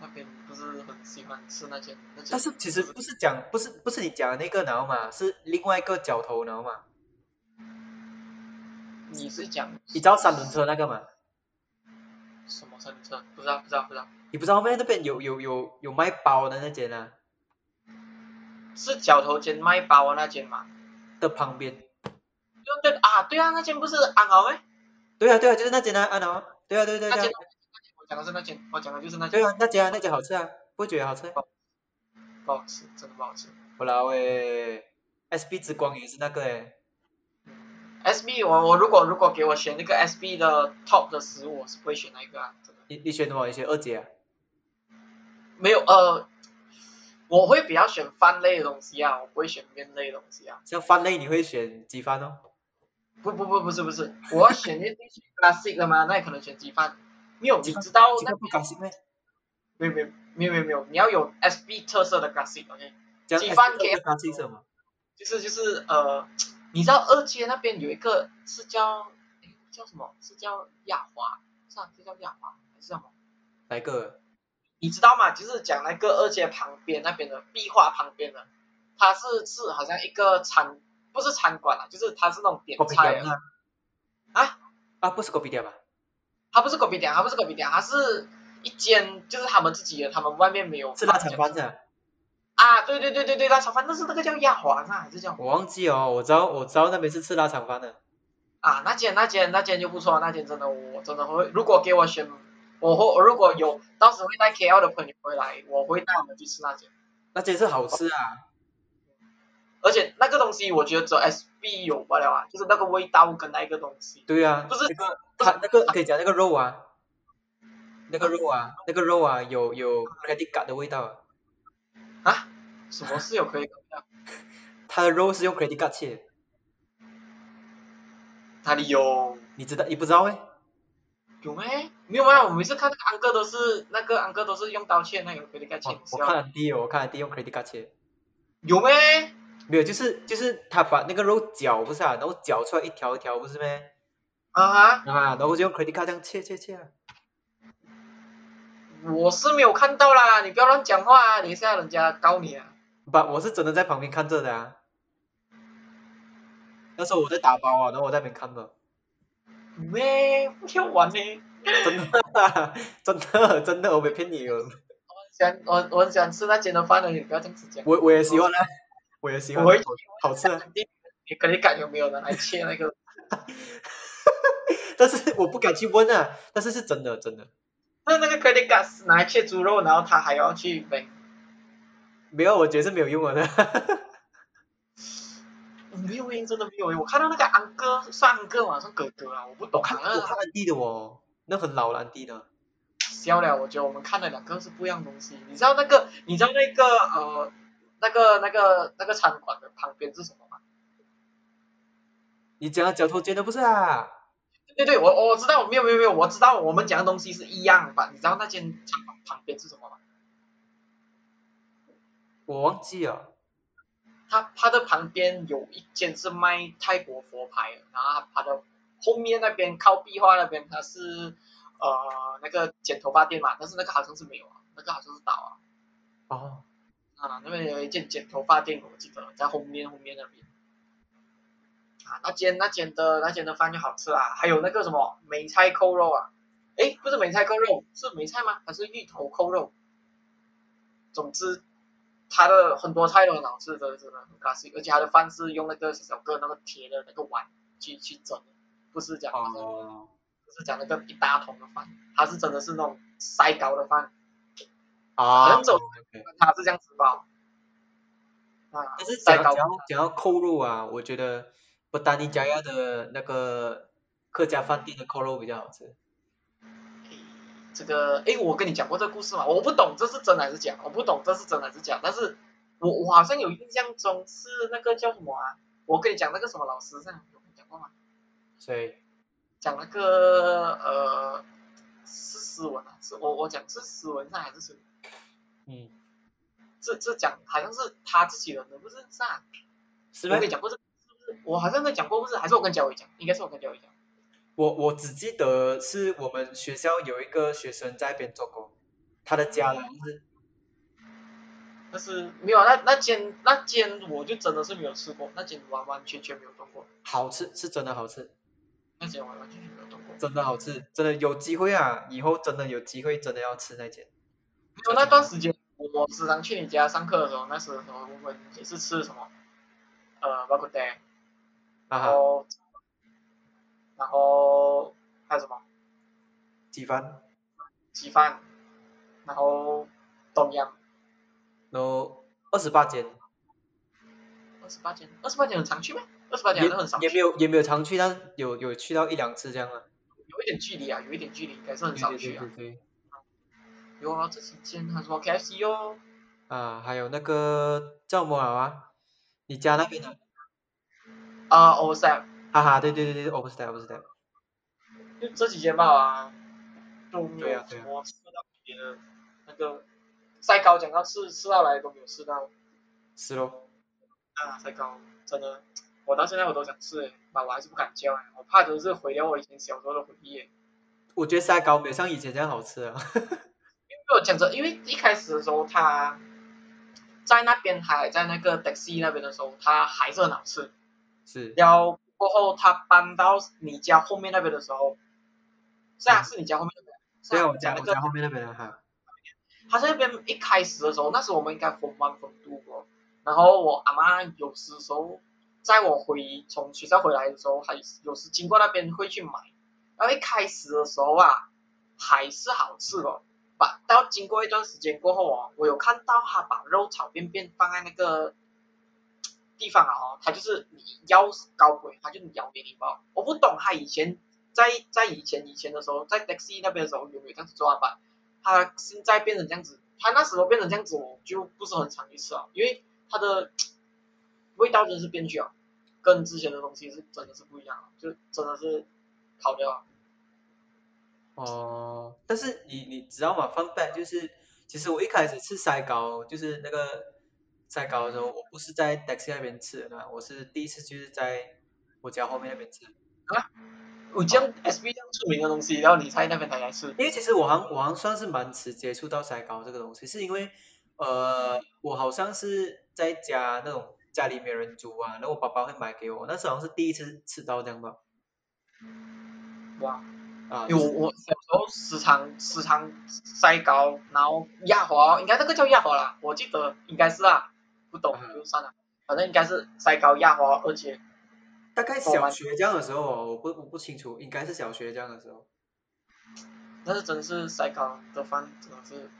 那边不是很喜欢吃那些那些。
但是其实不是讲，不是不是你讲的那个然后嘛，是另外一个角头然后嘛，
你是讲
你知道三轮车那个嘛？
什么三轮车？不知道，不知道，不知道。
你不知道咩？那边有有有有卖包的那间啊
是角头间卖包的那间嘛？
的旁边。
对对啊，对啊，那间不是阿豪哎，
对啊对啊，就是那间啊，啊然后对啊对对
那
对
间
啊，
我讲的是那间，我讲的就是那间
对，啊那间啊那间好吃啊，不觉得好吃？
不好吃，真的不好吃。
不啦喂，SB 之光也是那个诶，
SB 我我如果如果给我选那个 SB 的 top 的食物，我是不会选那一个啊，真的
你你选什么？你选二姐啊？
没有呃，我会比较选饭类的东西啊，我不会选面类的东西啊。
像饭类你会选鸡饭哦？
不不不不是不是，我要选那些 classic 的嘛，那也可能选鸡饭。没有，你知道哦
鸡
那
饭不高兴咩？
没有没有没有没有没有，你要有 SB 特色的 classic，OK、
这样
鸡饭
SB
给
不高兴什么？
就是就是呃，你知道二街那边有一个是叫诶叫什么？是叫亚华，是啊，是叫亚华还是叫什么？
哪一个？
你知道吗？就是讲那个二街旁边那边的壁画旁边的，它是是好像一个餐，不是餐馆啊，就是它是那种点
狗皮
菜
点
啊，
啊？
啊
啊不是狗皮点吧？
它不是狗皮店，它不是狗皮店，它是一间就是他们自己的，他们外面没有
是腊肠饭
这样子
是吧？
啊，对对对对对，腊肠饭，但是那个叫亚华啊，还是叫
我忘记哦，我知道我知道那边是吃腊肠饭的。
啊，那间那间那间就不错，那间真的我真的会，如果给我选，我会我如果有到时会带 KL 的朋友回来，我会带我们去吃那间，
那间是好吃啊，
而且那个东西我觉得只有 SB 有不了啊，就是那个味道跟那一个东西，
对啊，
不是
那个它那个可以讲那个肉啊，那个肉啊，那个肉啊，有有 credit card 的味道啊，
啊，什么是有可以搞的？
它的肉是用 credit card 切的，
哪里有？
你知道你不知道哎？
有没？没有啊，我每次看那个安哥都是那个安哥都是用刀切那个回力盖切
哇，我看了第一，我看了第一用 credit card 切，
有没？
没有，就是就是他把那个肉绞不是啊，然后绞出来一条一条不是咩？
啊哈，
啊，然后就用 credit card 这样切切切啊，
我是没有看到啦，你不要乱讲话啊，等一下人家告你啊。
把我是真的在旁边看着的啊，那时候我在打包啊，然后我在那边看的，
有没？不要玩呢、
真的 真的真的我没骗你哦，
喜欢我我很喜欢吃那间的饭的，你不要这样子讲。
我我也喜欢啊，我也喜欢，
我会
好吃啊。
你肯定感觉没有人来切那个，
但是我不敢去问啊，但是是真的真的，
那那个 credit card 是拿来切猪肉，然后他还要去买。
没有，我觉得是没有用啊的。
没有音，真的没有音。我看到那个安哥，算安哥嘛，算哥哥啊，我不懂
我
啊
看。
那
我
个
看安迪的哦，那很老了安迪的，
笑了，我觉得我们看的两个是不一样的东西。你知道那个，你知道那个呃，那个那个那个餐馆的旁边是什么吗？
你讲的脚头尖的不是啊？
对对，我我知道，没有没有没有，我知道我们讲的东西是一样吧？你知道那间餐馆旁边是什么吗？
我忘记了，
它它的旁边有一间是卖泰国佛牌的，然后它的后面那边靠壁画那边它是呃那个剪头发店嘛，但是那个好像是没有啊，那个好像是倒啊
哦，
啊，那边有一间剪头发店，我记得在后面后面那边啊，那间那间的那间的饭就好吃啦，还有那个什么梅菜扣肉啊，诶，不是梅菜扣肉，是梅菜吗？还是芋头扣肉？总之，它的很多菜都很好吃，真的真的很 classic，而且它的饭是用那个小小个那个铁的那个碗去去蒸的，不是讲、
哦，
不是讲那个一大桶的饭，它是真的是那种塞高的饭，
啊，
能走
OK
它是这样子吧？啊，
但是
塞
讲
高
讲到讲到扣肉啊，我觉得不丹尼加亚的那个客家饭店的扣肉比较好吃。
这个，诶，我跟你讲过这个故事嘛？我不懂这是真还是假，我不懂这是真还是假，但是我我好像有印象中是那个叫什么啊？我跟你讲那个什么老师上，我跟你讲过吗？
所以
讲那个呃是斯文啊，是我我讲是斯文上还是什么？
嗯，
这这讲好像是他自己人的，不是是啊？
是
我
吗
跟？你讲过这个是不是？我好像跟你讲过，不是？还是我跟焦伟讲？应该是我跟焦伟讲。
我我只记得是我们学校有一个学生在那边做工，他的家人是
但是没有啊，那那间那间我就真的是没有吃过，那间完完全全没有动过，
好吃，是真的好吃，
那间完完全全没有动过。
真的好吃，真的有机会啊，以后真的有机会真的要吃那间。
没有那段时间，我我时常去你家上课的时候，那时候我们也是吃什么，呃，包括蛋，
啊
然
哈，
后，然后还有什么
鸡饭，
鸡饭，然后东阳
然后二十八间，
二十八间，二十八间很常去吗？二十八间
也
还是很少
也
去，
没有也没有常去，但是有有去到一两次这样了。
有一点距离啊，有一点距离，应该是
对
很少
对对
去啊
对。对。
有啊，这几间还有什么 KFC 哦，
啊，还有那个叫什么啊？你家那边的？
啊 o s a
哈哈，对对对对，哦不是的，不是的。
就这几间吧啊，都没
对啊
有什
对啊
么吃到别的那个。赛高讲到吃吃到来都没有吃到，
是咯，
啊，赛高真的，我到现在我都想吃，但我还是不敢叫，啊我怕都是毁掉我以前小时候的回忆。
我觉得塞糕没有像以前这样好吃啊。
因为我讲着，因为一开始的时候他在那边还在那个 taxi 那边的时候，他还是很好吃。
是，
然后过后他搬到你家后面那边的时候，是啊，
嗯
是你家后面那边。是
对啊，我
讲
家
那
我
个
家后面那边的哈。
他在那边一开始的时候，那时候我们应该 form one form two 过。然后我阿妈有时时候在我回从学校回来的时候，还有时经过那边会去买。然后一开始的时候啊，还是好吃的，把到经过一段时间过后哦，我有看到他把肉炒便便放在那个地方啊哦，他就是你腰高鬼，他就咬给你包。我不懂他以前在在以前以前的时候，在 taxi 那边的时候有没有这样子做啊吧？他现在变成这样子，他那时候变成这样子，我就不是很常去吃啊，因为它的味道真的是变去了，跟之前的东西是真的是不一样了，啊就真的是跑掉啊了。
哦，但是你你知道吗？Fun fact 就是，其实我一开始吃塞糕，就是那个塞糕的时候，我不是在 taxi 那边吃的嘛，我是第一次就是在我家后面那边吃。
我这样 SB 这样出名的东西，然后你在那边才来吃，
因为其实我好像我好像算是蛮迟接触到筛膏这个东西，是因为
嗯
呃，我好像是在家那种家里没人煮啊，然后我爸爸会买给我，那时候好像是第一次吃到这样吧，
哇！
啊，
因
就
为我
是
我小时候时常时常塞高，然后压滑，应该那个叫压滑啦，我记得应该是啦，不懂
嗯
就算了，反正应该是塞高压滑，而且
大概
我
小
哦蛮
学这样的时候哦，我不我不清楚，应该是小学这样的时候，
但是真的是塞高的饭真的是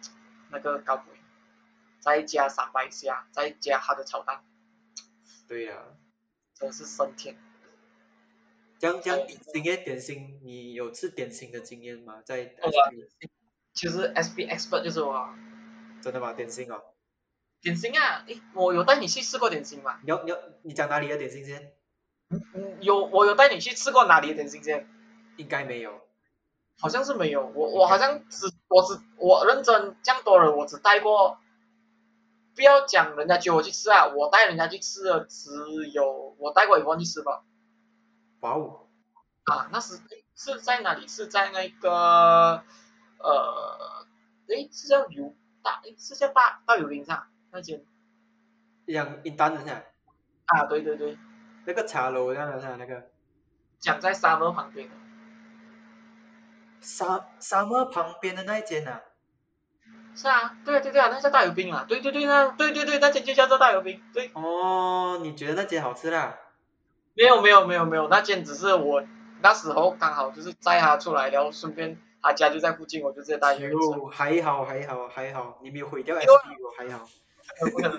那个高鬼，再加三白虾，再加他的炒蛋，
对呀、
真的是升天。
这样这样
哦
点心耶，点心，你有吃点心的经验吗？在
有啊
SB
其实 S B expert 就是我啊
真的吗？点心哦，
点心啊，诶，我有带你去吃过点心吗？
你要你要你讲哪里的点心先？
嗯，有，我有带你去吃过哪里的点心店？
应该没有，
好像是没有，我我好像只我只我认真这样多人，我只带过，不要讲人家叫我去吃啊，我带人家去吃的只有我带过一万去吃吧。
哇哦，
啊，那是诶是在哪里？是在那个呃，诶，是叫柳大，诶，是叫大大柳林上那间
像一单的噻，
啊，对对对，
那个茶楼这样的噻，那个。
讲在沙漠旁边的，
沙沙漠旁边的那一间呐、啊，
是啊，对啊对啊对啊，那叫大油冰啊，对对对那对对对那间就叫做大油冰，对，
哦，你觉得那间好吃啦？
没有没有没有没有，那间只是我那时候刚好就是载他出来，然后顺便他家就在附近，我就直接带去吃。
哟，哎还好还好还好，你没有毁掉
没
S
有啊
P 我还好。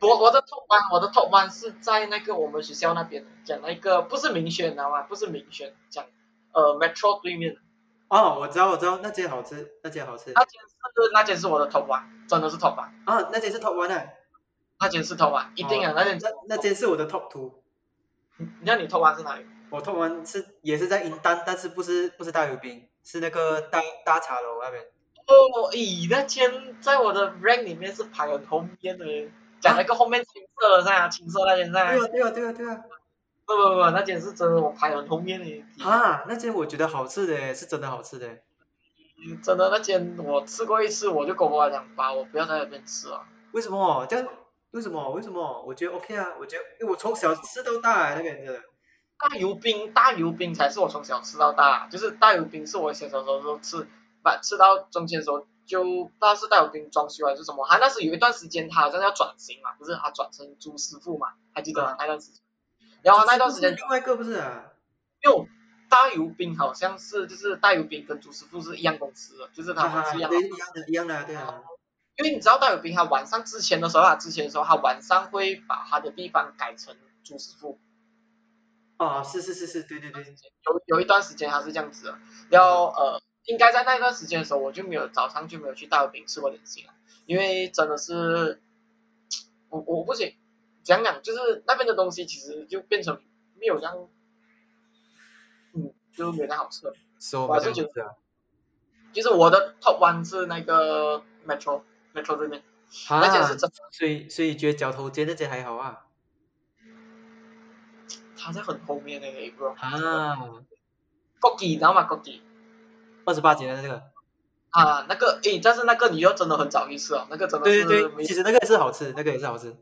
我我的 top one，我的 top one 是在那个我们学校那边的讲那个不是明轩，你知道吗？不是明轩，讲呃 metro 对面的
哦，我知道我知道，那间好吃，那间好吃。
那间是那间是我的 top one，真的是 top one，
啊，那间是 top one 啊，
那间是 top one，一定啊，那间
那那间是我的 top two。
你知道你 top one 是哪里？
我通完是也是在银丹，但是不是不是大油饼，是那个大大茶楼那边。
哦，咦，那间在我的 rank 里面是排很后面的，讲那个后面青色的噻、啊，青色那间噻、
对啊对啊对啊对啊！
不不不，那间是真的我排很后面的，
啊，那间我觉得好吃的，是真的好吃的。
真的那间我吃过一次，我就跟我爸讲，爸，我不要在那边吃了。
为什么？这样为什么？为什么？我觉得 OK 啊，我觉得因为我从小吃到大、啊那边真的。
大油冰，大油冰才是我从小吃到大，就是大油冰是我小小时候都吃，不吃到中间的时候就不知道是大油冰装修还是什么，他那时有一段时间他好像要转型嘛，不是他转成朱师傅嘛，还记
嗯
得吗？那段时间，然后那段时间
另外一个不是啊？
因为我大油冰好像是就是大油冰跟朱师傅是一样公司的，就是他们
啊
是一样的。
对，一样的，一样的，对啊。
因为你知道大友兵他晚上之前的时候，他之前的时候他晚上会把他的地方改成朱师傅，
哦，是是是是，对对对。
有有一段时间他是这样子的，然后呃，应该在那一段时间的时候，我就没有早上就没有去大友兵吃过点心了，因为真的是，我我不行，讲讲就是那边的东西其实就变成没有这样，嗯，就没有那样好吃了。
是我
我还
这
是
样
觉
子啊。
就是我的 top one 是那个 Metro Metro 这边，那间是
啊，
真的，
所以所以觉得脚头尖那间还好啊。
它在很后面那个 bro。
啊，
枸杞，你知道吗？枸杞
二十八节的那个。
啊，那个诶，但是那个你要真的很早去吃哦，那个真的
对
是
对
没
对，其实那个也是好吃，那个也是好吃。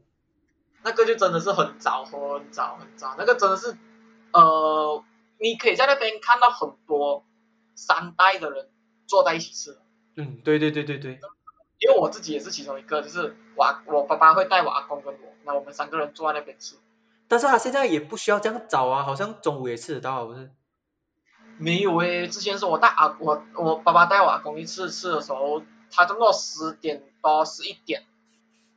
那个就真的是很早很早很早，那个真的是呃，你可以在那边看到很多三代的人坐在一起吃，
嗯，对对对对对。
因为我自己也是其中一个，就是我阿我爸爸会带我阿公跟我，那我们三个人坐在那边吃，
但是他现在也不需要这样找啊，好像中午也吃得到啊，不是？
没有诶，之前是我带阿我我爸爸带我阿公一次吃的时候，他差不多十点多十一点，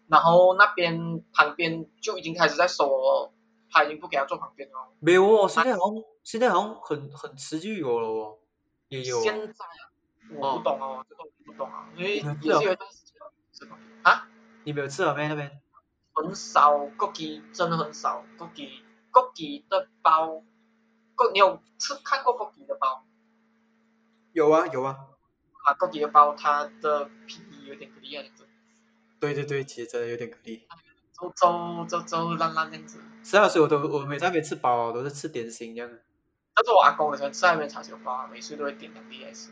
然后那边旁边就已经开始在收了，他已经不给他坐旁边了。
没有哦，现在好像现在好像很很迟就有了哦，也有哦。
现在啊我不懂哦，这个我不懂啊，因为也
你们
是
吃了
有一段时间吃过啊，
你没有吃了没那边？
很少枸杞，真的很少枸杞，枸杞的包，枸你有吃看过枸杞的包吗？
有啊有啊。
啊，枸杞的包它的皮有点可怜啊，
对对对，其实真的有点可惜。
周周周周烂烂这样子。
十二岁我都我每在那边吃饱都是吃点心这样，
但是我阿公很喜欢吃那边茶酒包，啊每次都会点两粒来吃。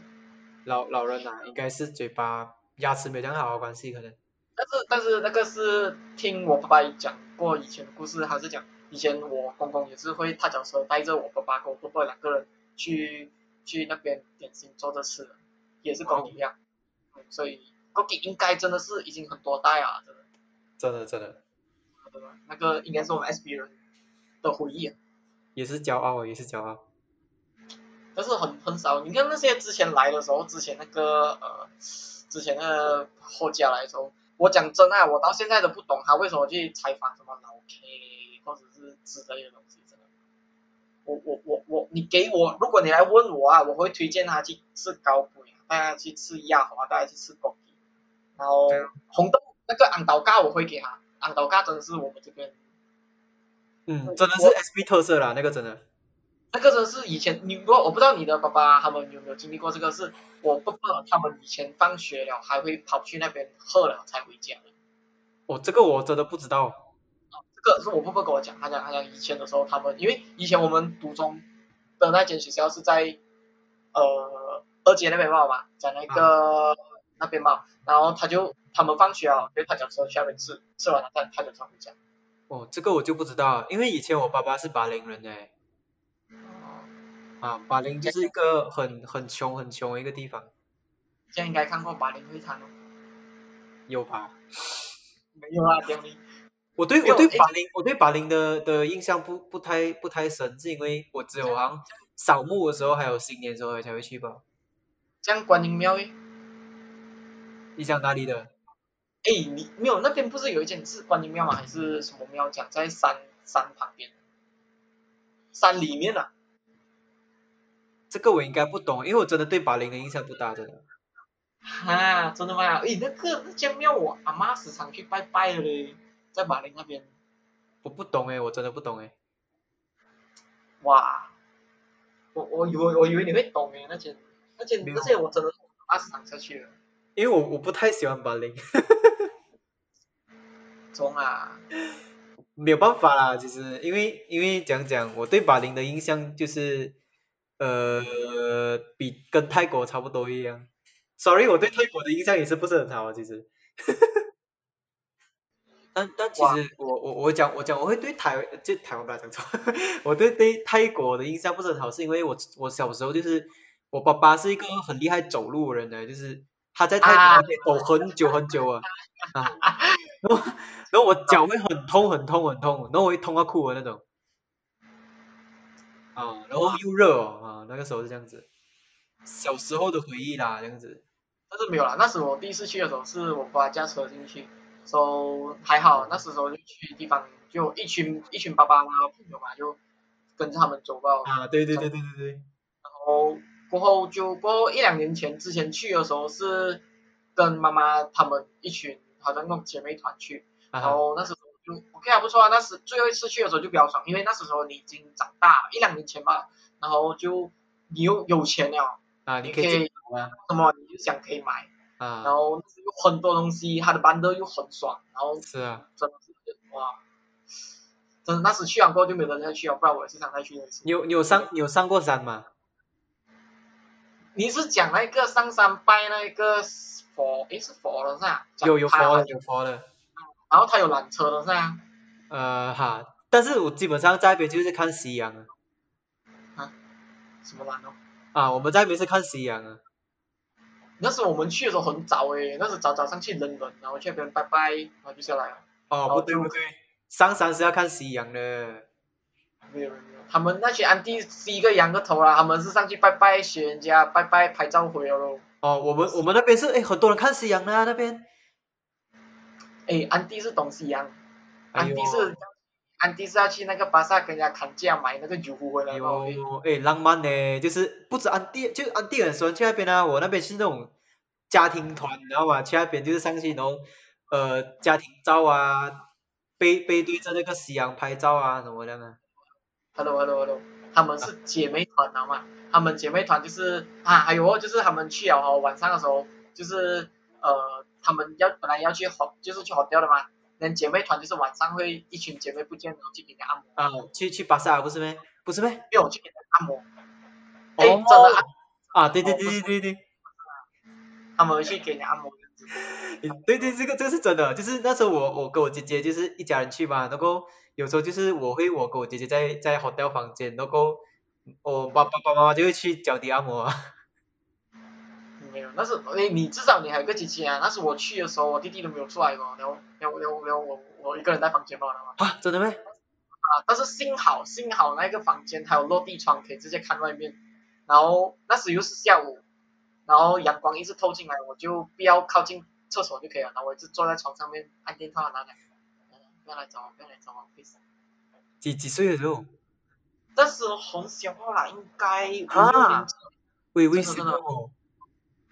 老老人啊，应该是嘴巴牙齿没长好的关系可能。
但是但是那个是听我爸爸讲过以前的故事，他是讲以前我公公也是会踏脚车带着我爸爸跟我婆婆两个人去去那边点心坐着吃的，也是跟你一样。嗯所以枸杞应该真的是已经很多代啊，真的
真的真的，
真的，那个应该是我们 SB 人的回忆、啊。
也是骄傲啊，也是骄傲。
但是很很少。你看那些之前来的时候，之前那个呃，之前那个后家来的时候，我讲真啊，我到现在都不懂他为什么去采访什么老 K 或者是之类的东西，真的。我我我我，你给我，如果你来问我啊，我会推荐他去吃高鬼，带他去吃亚华，带他去吃枸杞，然后
对啊
红豆那个昂岛咖我会给他，昂岛咖真的是我们这边
嗯，
我
真的是
我
SB 特色啦，那个真的。
那个人是以前你，如果我不知道你的爸爸他们有没有经历过这个事，我不知道他们以前放学了还会跑去那边喝了才回家的。
哦，这个我真的不知道。
这个是我婆婆跟我讲，她讲她讲以前的时候，他们因为以前我们读中的那间学校是在呃二街那边嘛嘛，在那个、那边嘛，然后他就他们放学了，就踏脚车去那边吃，吃完了再踏脚车回家。
哦，这个我就不知道，因为以前我爸爸是八零人哎，啊，八零就是一个很很穷很穷的一个地方，
现在应该看过八零会餐了，
有吧？
没有啊啦，屌你。
我对
没有
我对
诶
八零我对八零的的印象不不太不太深，是因为我只有好像扫墓的时候还有新年的时候才会去吧。
这样观音庙诶。
你讲哪里的？
哎，你没有那边不是有一间是观音庙吗？还是什么庙？讲在山山旁边，山里面啊。
这个我应该不懂，因为我真的对八零的印象不大，真的。
哈、真的吗？哎，那个那间庙我阿妈时常去拜拜的嘞，在马林那边。
欸我不懂哎，我真的不懂哎。
哇，我我以为我以为你会懂诶，那些那些
没有
那些我真的是把它想下去了。
因为我我不太喜欢八零，
中啊，
没有办法啦，其实因为因为讲讲我对八零的印象就是，呃，比跟泰国差不多一样。Sorry，我对泰国的印象也是不是很好啊，其实。但但其
哇
实我我我讲我讲我会对台就台湾不要讲错， 我对对泰国的印象不是很好，是因为我我小时候就是我爸爸是一个很厉害走路的人呢，就是他在泰
啊
国可以走很久很久啊啊，然后然后我脚会很痛很痛很痛，然后我会痛到哭的那种，啊，然后又热哦啊，那个时候是这样子，小时候的回忆啦，这样子，
但是没有啦，那时我第一次去的时候是我爸驾车进去，so, 还好，那时候就去地方就一群一群爸爸妈妈朋友嘛，就跟着他们走到，
啊，对对对对对对，
然后过后就过后一两年前之前去的时候是跟妈妈他们一群好像那种姐妹团去，然
啊哈
后那时候就 OK 啊，不错啊。那时最后一次去的时候就比较爽，因为那时候你已经长大了一两年前吧，然后就你又有钱了，
啊，你
你
可
可
以进
以什么你就想可以买，
啊
然，后有很多东西，它的 bundle 又很爽，然后
是啊，
真的是哇，真的那时去完过后就没有人再去了，不然我也是想再去那一次。
你有你有上你有上过山吗？
你是讲那个上山拜那个佛，诶是佛的是吧？
有有
讲他
佛的有佛的，
然后他有缆车的是吧？
呃哈，但是我基本上在那边就是看夕阳啊，
什么缆哦？
啊，我们在那边是看夕阳啊，
那时候我们去的时候很早诶，那时候早早上去扔人，然后去那边拜拜，然后就下来了。
哦，不对不对，上山是要看夕阳的，
没有没有没有，他们那些安迪是一个羊个头啦，他们是上去拜拜学人家拜拜拍照回了咯。
哦，我们我们那边是哎很多人看夕阳的啊那边，
哎，安迪是东西羊，
哎
安
呦
迪是、安迪是要去那个巴萨跟人家砍价买那个油壶回来
哎
咯。哎
呦哎浪漫呢，就是不止安迪，就安迪很喜欢去那边啊，我那边是那种家庭团，你知道吗？去那边就是上去然后呃家庭照啊，背背对着那个夕阳拍照啊什么的啊，
Hello Hello Hello，他们是姐妹团，好吗？他们姐妹团就是啊，还有哦，就是他们去了哦，晚上的时候就是呃，他们要本来要去好，就是去好掉的嘛。那姐妹团就是晚上会一群姐妹不见，然后去给人家按摩，
啊去去巴萨不是咩？不是咩？
没有去给人家按摩。哎，
哦
真的按，
啊，对对
哦不
对
是
对对对，
他们去给人家按摩这样子。
对对，这个这个是真的，就是那时候我我跟我姐姐就是一家人去嘛，然后有时候就是我会我跟我姐姐在在 hotel 房间，然后我爸爸爸妈妈就会去脚底按摩啊，
没有，但是哎，你至少你还有个姐姐啊。那是我去的时候，我弟弟都没有出来过，然后然后然后然后我我一个人在房间嘛，知道吗？
啊，真的咩？
啊，但是幸好幸好那个房间还有落地窗，可以直接看外面。然后那时又是下午，然后阳光一直透进来，我就不要靠近厕所就可以了。然后我就坐在床上面按电话，拿两个，嗯不要来找我，不要来找我，please。
几几岁的时候？
但是很小啦，应该五
啊
六年级
喂喂，哦
真的
什
真的
么？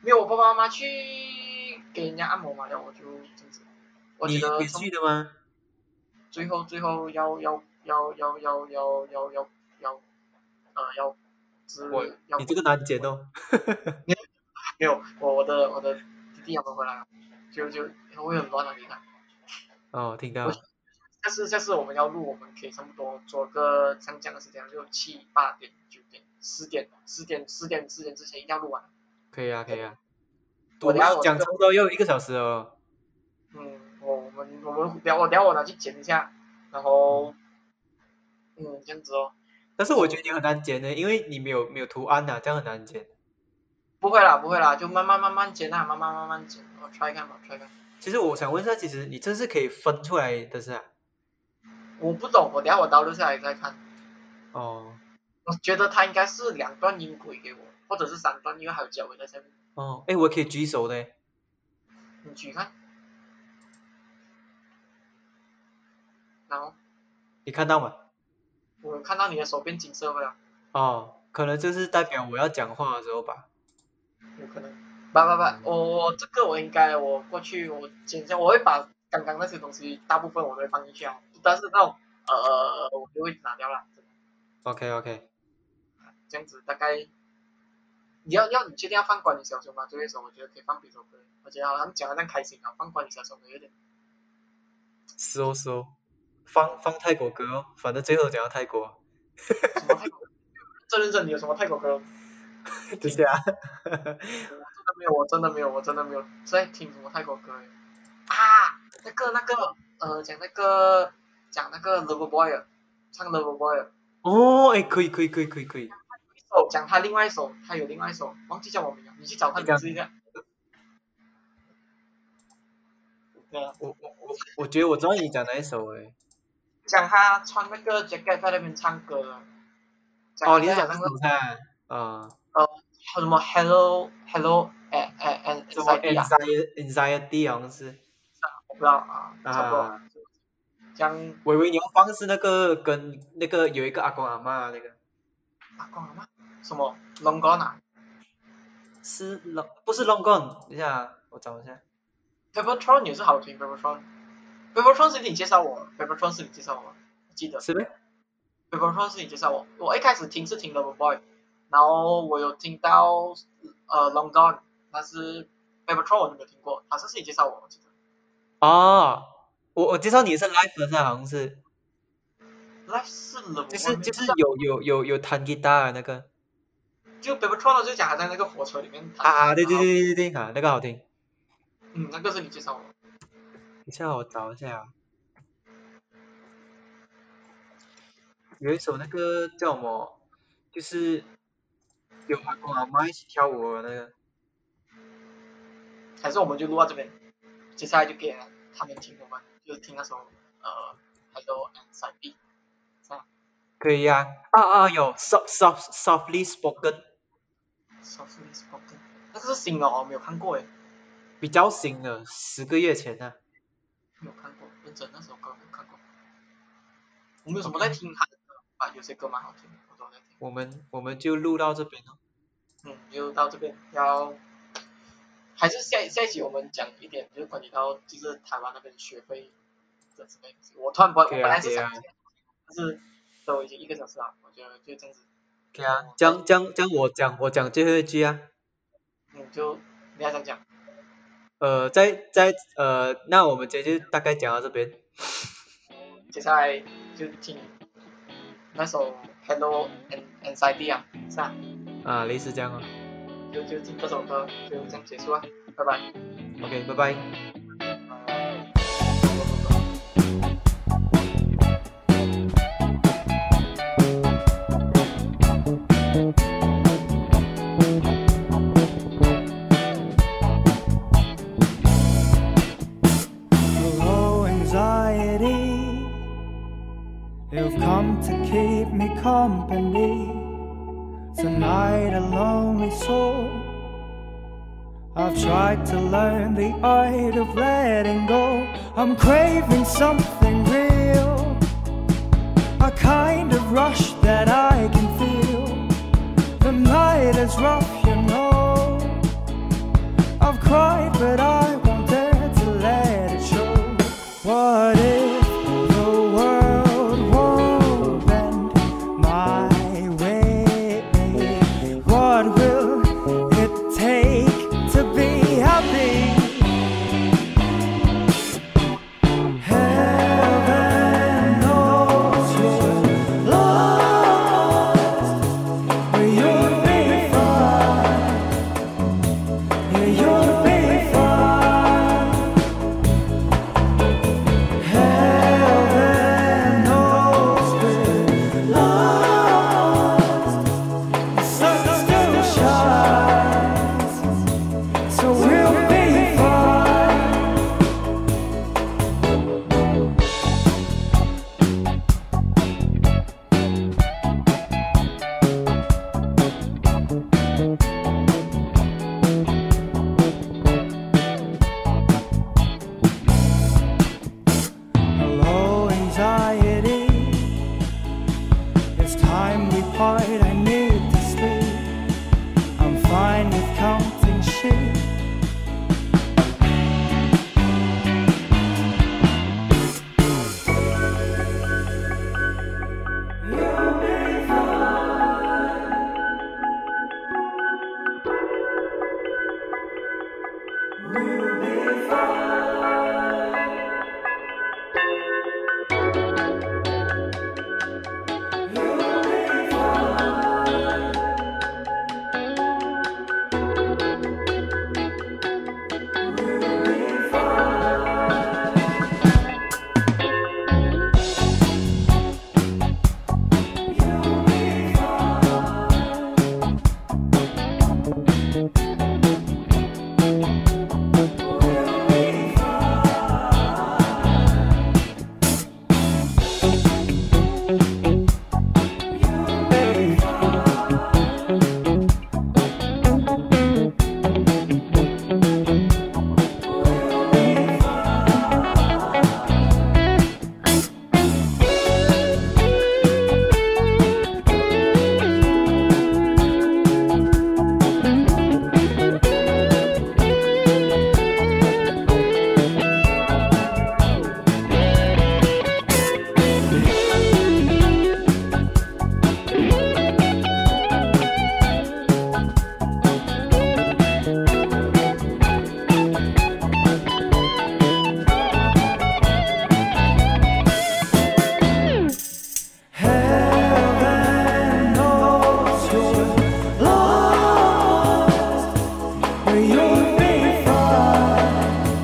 没有我爸爸妈妈去给人家按摩嘛，然后我就这样子。我
你
觉得
你
从
去的吗？
最后最后要要要要要要要要要呃要只
我
要
你这个难剪哦，
没有我我的我的弟弟他们回来了，就就会很乱的你看。
哦，听到
我
了
下次下次我们要录，我们可以差不多做个像这样的时间，啊就七八点九点十点十点十点十点之前一定要录完。
可以啊可以啊，
我
我
等下
们
我
讲
这
差
个
不多要一个小时哦，
嗯，我我们我们聊我聊我拿去剪一下，然后嗯这样子哦，
但是我觉得你很难剪的，因为你没有没有图案呐、这样很难剪。
不会啦不会啦，就慢慢慢慢剪啊啦，慢慢慢慢剪，我 try 看我 try 看。
其实我想问一下，其实你这是可以分出来的是啊？
我不懂，我等下我导入下来再看。
哦
我觉得它应该是两段音轨给我，或者是三段，因为还有结尾在下面。
哦，哎，我可以举手的。
你举看，然后
你看到吗？
我有看到你的手变金色了，
哦，可能就是代表我要讲话的时候吧。
有可能。不不不，我我这个我应该我过去我剪一下，我会把刚刚那些东西大部分我都会放进去啊，但是那种呃我就会拿掉了。
OK OK，
这样子大概你要要你确定要放关于小熊吧，这一首我觉得可以放别首歌，我觉得好像讲的像开心啊，放关于小熊的有点
是哦是哦，放放泰国歌哦，反正最后讲到泰 国，
什么泰国，这认 真你有什么泰国歌？
就是啊，
我真的没有，我真的没有，我真的没有在听什么泰国歌耶啊，那个那个呃，讲那个讲那个 Love Boy，啊唱 Love Boy，啊
哦，哎，可以可以可以可以可以，
一首讲他另外一首，他有另外一首，忘记叫我名了，你去找他名字一下。 对啊，
我我我我觉得我知道你讲哪一首哎，
讲他穿那个 jacket 在那边唱歌的。讲
哦，你在讲
那
那
个
首噻，啊，
什么 Hello Hello 哎哎哎
什么
Anxiety 啊
anxiety anxiety 好像是，
我不知道啊，差不多
啊。
讲
我以为你要放是那个跟那个有一个阿公阿妈那个，
阿公阿妈啊什么 Long Gone 啊
是 long 不是 long gone，等一下啊我找一下，
，Paper Tron 也是好听，Paper Tron，Paper Tron 是你介绍我，Paper Tron 是你介绍我，我记得
是呗？
Paper Tron 是你介绍我，我一开始听是听 Love Boy，然后我有听到呃 Long Gone，但是 Paper Tron 我就没有听过，好像是你介绍我，我记得。
哦，我我介绍你是 live 的噻，好像是。
那是 Love Boy，
就是就是
没有
有有有有弹吉他的那个
就 Paper Tron 就讲他在那个火车里面弹
啊，对对
然后，
对对对对啊，那个好听。等
嗯，那个是你介绍我。
一下我找一下啊，有一首那个叫什么，就是有阿公阿妈一起跳舞的那个，
还是我们就录到这边，接下来就给他们听我们就听那首呃 Hello and s i d e
可以呀、啊，啊啊有 soft soft softly spoken，
Softly Spoken，那个是新的哦，没有看过诶，
比较新的，十个月前的、
没有看过，认真那首歌没有看过。我没有什么在听他的歌吧，有些歌蛮好听的，我都在听。
我们我们就录到这边了。
嗯，就到这边，要还是下下一期我们讲一点，就是关于到就是台湾那边学费这之类的东西。我突然不，我
可
本
以啊
来是想
可以
讲，但是都已经一个小时了，我觉得就这样子。
对啊，讲讲讲我讲我讲最后一句啊。
嗯，就你要想讲。
呃，在在呃，那我们今天就大概讲到这边。
接下来就听那首 Hello and Anxiety 啊，是啊，
啊，类似这样哦。
就就听这首歌，就这样结束啊，拜拜。
OK，拜拜。
Hello, anxiety. You've come to keep me company. Tonight, a lonely soul. I've tried to learn the art of letting go. I'm craving something real. A kind of rush that I can feel. The night is rough, you know. I've cried, but I won't dare to let it show. What if the world won't bend my way? What will it take to be happy? Heaven knows you're lost, but you'll be fine. Yeah, you'll be fine.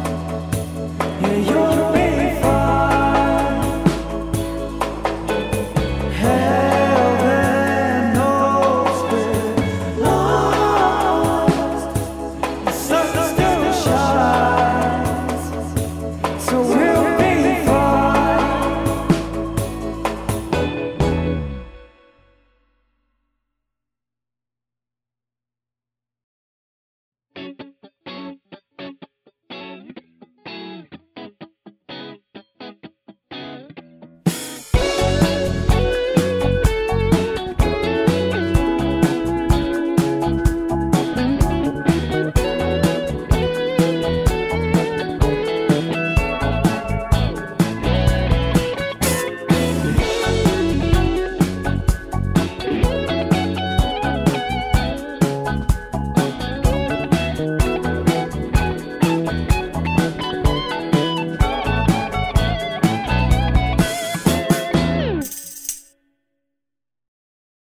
Hey, you'll be fine. Heaven knows we're lost. The sun still shines, so we